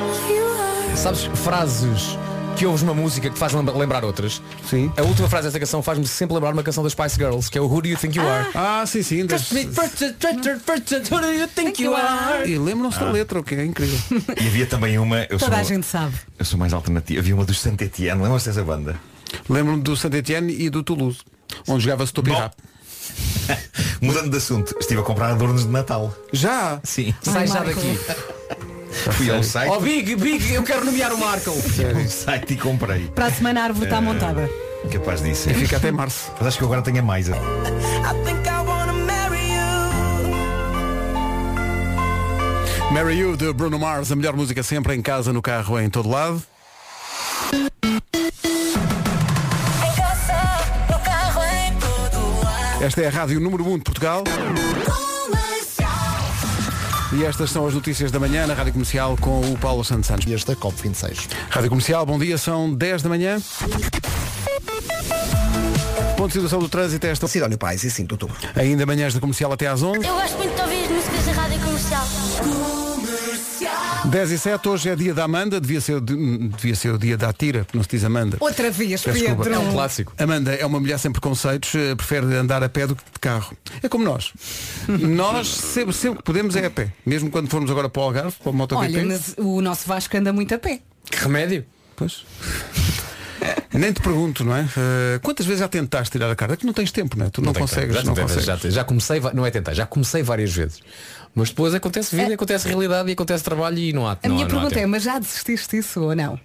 Speaker 4: Sabes, frases que ouves uma música que te faz lembra- lembrar outras.
Speaker 2: Sim.
Speaker 4: A última frase dessa canção faz-me sempre lembrar uma canção das Spice Girls, que é o Who Do You Think You Are.
Speaker 2: Ah, sim, sim. das- E lembram-se da
Speaker 10: Ah.
Speaker 2: letra, o que é incrível.
Speaker 10: eh, E havia também uma. Eu sou,
Speaker 3: Toda a gente sabe.
Speaker 10: eu sou mais alternativo. Havia uma dos Saint Etienne, lembram-se dessa banda?
Speaker 2: Lembro-me do Saint Etienne e do Toulouse, onde jogava-se Tupi Rap.
Speaker 10: Mudando de assunto, estive a comprar adornos de Natal.
Speaker 2: Já?
Speaker 10: Sim.
Speaker 4: Sai já daqui.
Speaker 10: Fui ao site.
Speaker 4: Oh Big, Big, eu quero nomear o Marco.
Speaker 10: ao site e comprei.
Speaker 3: Para a semana a árvore está
Speaker 10: Eh,
Speaker 3: montada.
Speaker 10: Capaz disso.
Speaker 2: E fica até março.
Speaker 10: Mas acho que eu agora tenho a mais.
Speaker 2: Mary You de Bruno Mars, a melhor música sempre, em casa, no carro, em todo lado. Esta é a Rádio Número 1 de Portugal. E estas são as notícias da manhã na Rádio Comercial com o Paulo Santos Santos.
Speaker 11: E este é COP26.
Speaker 2: Rádio Comercial, bom dia, são 10 da manhã. Ponto de situação do trânsito é esta.
Speaker 1: Sidónio Pais e 5 de outubro.
Speaker 2: Ainda manhãs da comercial até às 11.
Speaker 5: Eu gosto muito de ouvir as músicas da rádio comercial.
Speaker 2: 10 e 7, hoje é dia da Amanda, devia ser, de- devia ser o dia da Tira, não se diz Amanda.
Speaker 3: Outra vez,
Speaker 2: Peço desculpa.
Speaker 3: Pedro.
Speaker 2: Amanda é uma mulher sem preconceitos, eh, prefere andar a pé do que de carro. É como nós. nós sempre, sempre que podemos é a pé. Mesmo quando formos agora para o Algarve, para o MotoGP.
Speaker 3: Olha, mas o nosso Vasco anda muito a pé.
Speaker 2: Que remédio? Pois. Nem te pergunto, não é? Eh, quantas vezes já tentaste tirar a cara? É que não tens tempo, não é? Tu não,
Speaker 4: tem
Speaker 2: consegues,
Speaker 4: tempo. já
Speaker 2: não
Speaker 4: tentei,
Speaker 2: consegues.
Speaker 4: Já, já comecei, va- não é tentar, já comecei várias vezes. Mas depois acontece vida, acontece realidade e acontece trabalho e não há
Speaker 3: É. A
Speaker 4: não,
Speaker 3: minha
Speaker 4: há- não há
Speaker 3: pergunta é,
Speaker 4: tempo.
Speaker 3: mas já desististe disso ou não?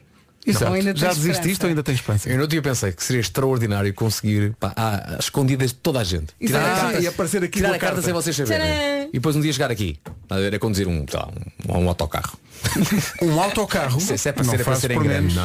Speaker 3: Ou ainda tens
Speaker 4: Já
Speaker 3: esperança?
Speaker 4: desististe ou ainda
Speaker 2: tens esperança?
Speaker 4: Eu no outro dia pensei que seria extraordinário conseguir pá, à- à escondidas de toda a gente.
Speaker 3: Isso
Speaker 4: Tirar
Speaker 3: é
Speaker 4: a
Speaker 3: verdade.
Speaker 4: carta-
Speaker 3: Ah, e aparecer aqui
Speaker 4: tirar
Speaker 3: uma
Speaker 4: a carta
Speaker 3: carta.
Speaker 4: sem vocês
Speaker 3: Tcharam!
Speaker 4: saberem. E depois um dia chegar aqui. A ver, a conduzir um, sei lá, um, um autocarro.
Speaker 2: Um autocarro?
Speaker 4: Se, se é para
Speaker 2: Não
Speaker 4: ser, é para
Speaker 2: fazes
Speaker 4: ser em
Speaker 2: por menos.
Speaker 4: grande, não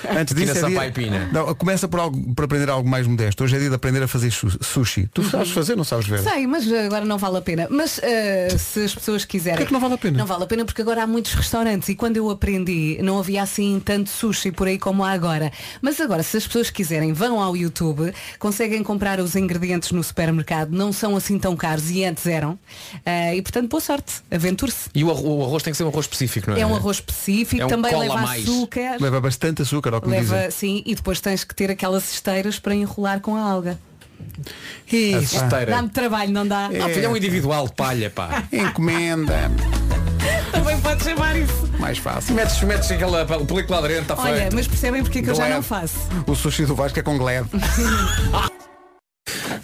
Speaker 4: é?
Speaker 2: Antes
Speaker 4: Aqui
Speaker 2: disso,
Speaker 4: na
Speaker 2: é dia-
Speaker 4: Sampaipina.
Speaker 2: Não, começa por, algo, por aprender algo mais modesto. Hoje é dia de aprender a fazer su- sushi. Tu sabes fazer, não sabes ver?
Speaker 3: Uhum. Sei, mas eh, agora não vale a pena. Mas eh, se as pessoas quiserem.
Speaker 2: Porquê que não vale a pena?
Speaker 3: Não vale a pena porque agora há muitos restaurantes e quando eu aprendi não havia assim tanto sushi por aí como há agora. Mas agora, se as pessoas quiserem, vão ao YouTube, conseguem comprar os ingredientes no supermercado, não são assim tão caros e antes eram. Eh, e portanto, boa sorte, aventure-se.
Speaker 4: E o arro- o arroz tem que ser um arroz específico, não é?
Speaker 3: É um arroz específico,
Speaker 4: É um
Speaker 3: também
Speaker 4: cola
Speaker 3: leva
Speaker 4: a mais.
Speaker 3: açúcar.
Speaker 2: Leva bastante açúcar, ao que me dizem.
Speaker 3: Leva, sim, e depois tens que ter aquelas esteiras para enrolar com a alga.
Speaker 2: A
Speaker 4: cesteira.
Speaker 3: Dá-me trabalho, não dá?
Speaker 4: Ah, filho, é um individual de palha, pá.
Speaker 2: Encomenda.
Speaker 3: Também pode chamar isso.
Speaker 2: Mais fácil.
Speaker 4: Metes, metes aquela pa- película aderente, está
Speaker 3: Olha,
Speaker 4: feito.
Speaker 3: mas percebem porque é que eu já
Speaker 2: Glad.
Speaker 3: não faço.
Speaker 2: O sushi do Vasco é com Glad.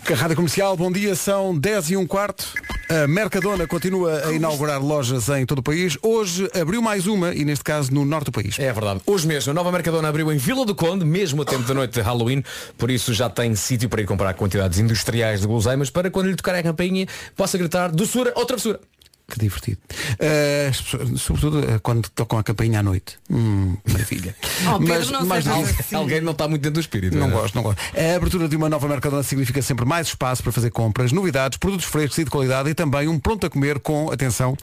Speaker 2: Carrada Comercial, bom dia, são 10 e um quarto. A Mercadona continua a inaugurar lojas em todo o país. Hoje abriu mais uma e neste caso no norte do país.
Speaker 4: É verdade. Hoje mesmo, a nova Mercadona abriu em Vila do Conde, mesmo a tempo da noite de Halloween, por isso já tem sítio para ir comprar quantidades industriais de guloseimas para quando lhe tocar a campainha possa gritar doçura ou travessura.
Speaker 2: Que divertido. Eh, as pessoas- sobretudo eh, quando tocam a campainha à noite. Hum, maravilha.
Speaker 4: Oh, Pedro,
Speaker 2: Mas-
Speaker 4: não
Speaker 2: mas
Speaker 4: sejas
Speaker 2: não-
Speaker 4: assim. Alguém não está muito dentro do espírito.
Speaker 2: Não
Speaker 4: é?
Speaker 2: gosto, não gosto. A abertura de uma nova Mercadona significa sempre mais espaço para fazer compras, novidades, produtos frescos e de qualidade e também um pronto a comer com, atenção,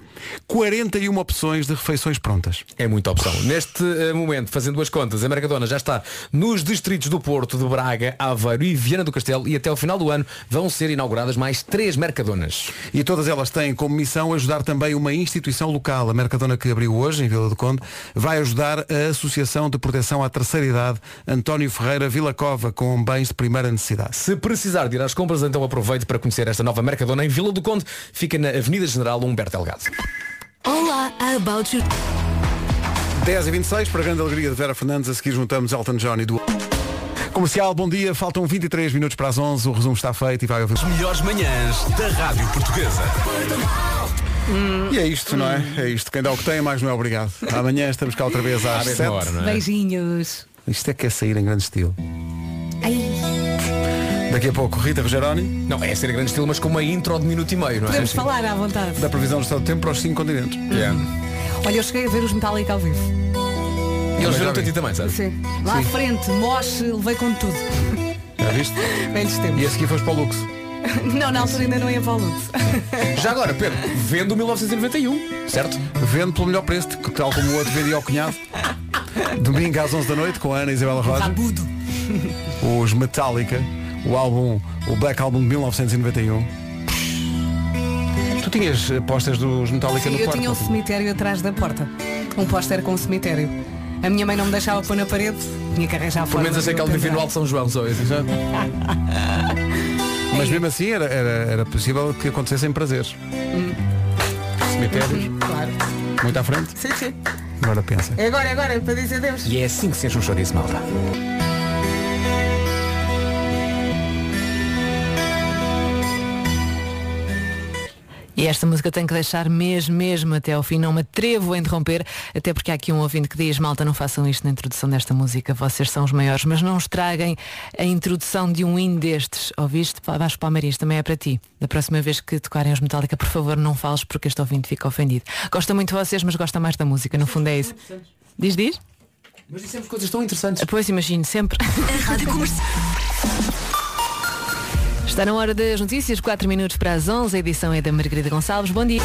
Speaker 2: 41 opções de refeições prontas.
Speaker 4: É muita opção. Neste eh, momento, fazendo as contas, a Mercadona já está nos distritos do Porto, de Braga, Aveiro e Viana do Castelo e até ao final do ano vão ser inauguradas mais três Mercadonas.
Speaker 2: E todas elas têm como missão ajudar também uma instituição local. A Mercadona que abriu hoje, em Vila do Conde, vai ajudar a Associação de Proteção à Terceira Idade António Ferreira Vila Cova com bens de primeira necessidade.
Speaker 4: Se precisar de ir às compras, então aproveite para conhecer esta nova Mercadona em Vila do Conde. Fica na Avenida General Humberto Delgado.
Speaker 16: Olá, a About You.
Speaker 2: 10 e 26 para a grande alegria de Vera Fernandes, a seguir juntamos Elton John e do... Comercial, bom dia, faltam 23 minutos para as 11, o resumo está feito e vai ouvir...
Speaker 17: Melhores manhãs da Rádio Portuguesa.
Speaker 2: E é isto, não é? É isto. Quem dá o que tem, mais não é obrigado. Amanhã estamos cá outra vez às
Speaker 4: mesma
Speaker 2: 7.
Speaker 4: hora, não é?
Speaker 3: Beijinhos.
Speaker 2: Isto é que é sair em grande estilo. Daqui a pouco, Rita Rogeroni.
Speaker 4: Não, é ser em grande estilo, mas com uma intro de minuto e meio, não é?
Speaker 15: Podemos falar à vontade.
Speaker 2: Da previsão do estado do tempo para os cinco continentes.
Speaker 15: Olha, eu cheguei a ver os Metallica ao vivo.
Speaker 4: E eles viram-te a ti também, sabes?
Speaker 15: Sim. Lá à frente, moche, levei com tudo.
Speaker 2: Já viste?
Speaker 15: Velhos tempos.
Speaker 2: E a seguir foste para o Lux.
Speaker 15: Não, na altura ainda não ia para o Lute.
Speaker 4: Já agora, Pedro, vendo 1991, certo?
Speaker 2: Vendo pelo melhor preço, que tal como o outro vendia ao cunhado. Domingo às 11 da noite com a Ana e Isabela Rosa.
Speaker 15: Rabudo.
Speaker 2: Os Metallica, o álbum, o Black Album de 1991. Tu tinhas apostas dos Metallica
Speaker 15: Sim,
Speaker 2: no
Speaker 15: eu
Speaker 2: quarto?
Speaker 15: tinha um
Speaker 2: não é?
Speaker 15: cemitério atrás da porta. Um póster com um cemitério. A minha mãe não me deixava pôr na parede, tinha que arranjar
Speaker 4: Pelo menos achei que ela vivia no Alto São Um João, só isso.
Speaker 2: Mas mesmo assim era, era, era possível que acontecessem prazeres.
Speaker 15: Hum. Uhum.
Speaker 2: Cemitérios,
Speaker 15: Claro.
Speaker 2: muito à frente.
Speaker 15: Sim, sim.
Speaker 2: Agora pensa.
Speaker 15: É agora, é agora, para dizer Deus.
Speaker 4: E é assim que se enche um chouriço, malta.
Speaker 3: E esta música tem que deixar mesmo, mesmo até ao fim. Não me atrevo a interromper, até porque há aqui um ouvinte que diz, malta, não façam isto na introdução desta música, vocês são os maiores, mas não estraguem a introdução de um hino destes. Ouviste? Pá, Vasco Palmeiras, também é para ti. Da próxima vez que tocarem os Metallica, por favor, não fales porque este ouvinte fica ofendido. Gosta muito de vocês, mas gosta mais da música, no fundo é isso. Diz, diz?
Speaker 4: Mas dissemos coisas tão interessantes.
Speaker 3: Pois imagino, sempre. Está na hora das notícias, 4 minutos para as 11, a edição é da Margarida Gonçalves. Bom dia.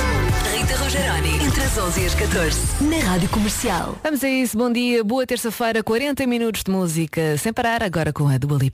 Speaker 18: Rita Rogeroni, entre as 11 e as 14, na Rádio Comercial.
Speaker 3: Vamos a isso, bom dia, boa terça-feira, 40 minutos de música, sem parar, agora com a Dua Lipa.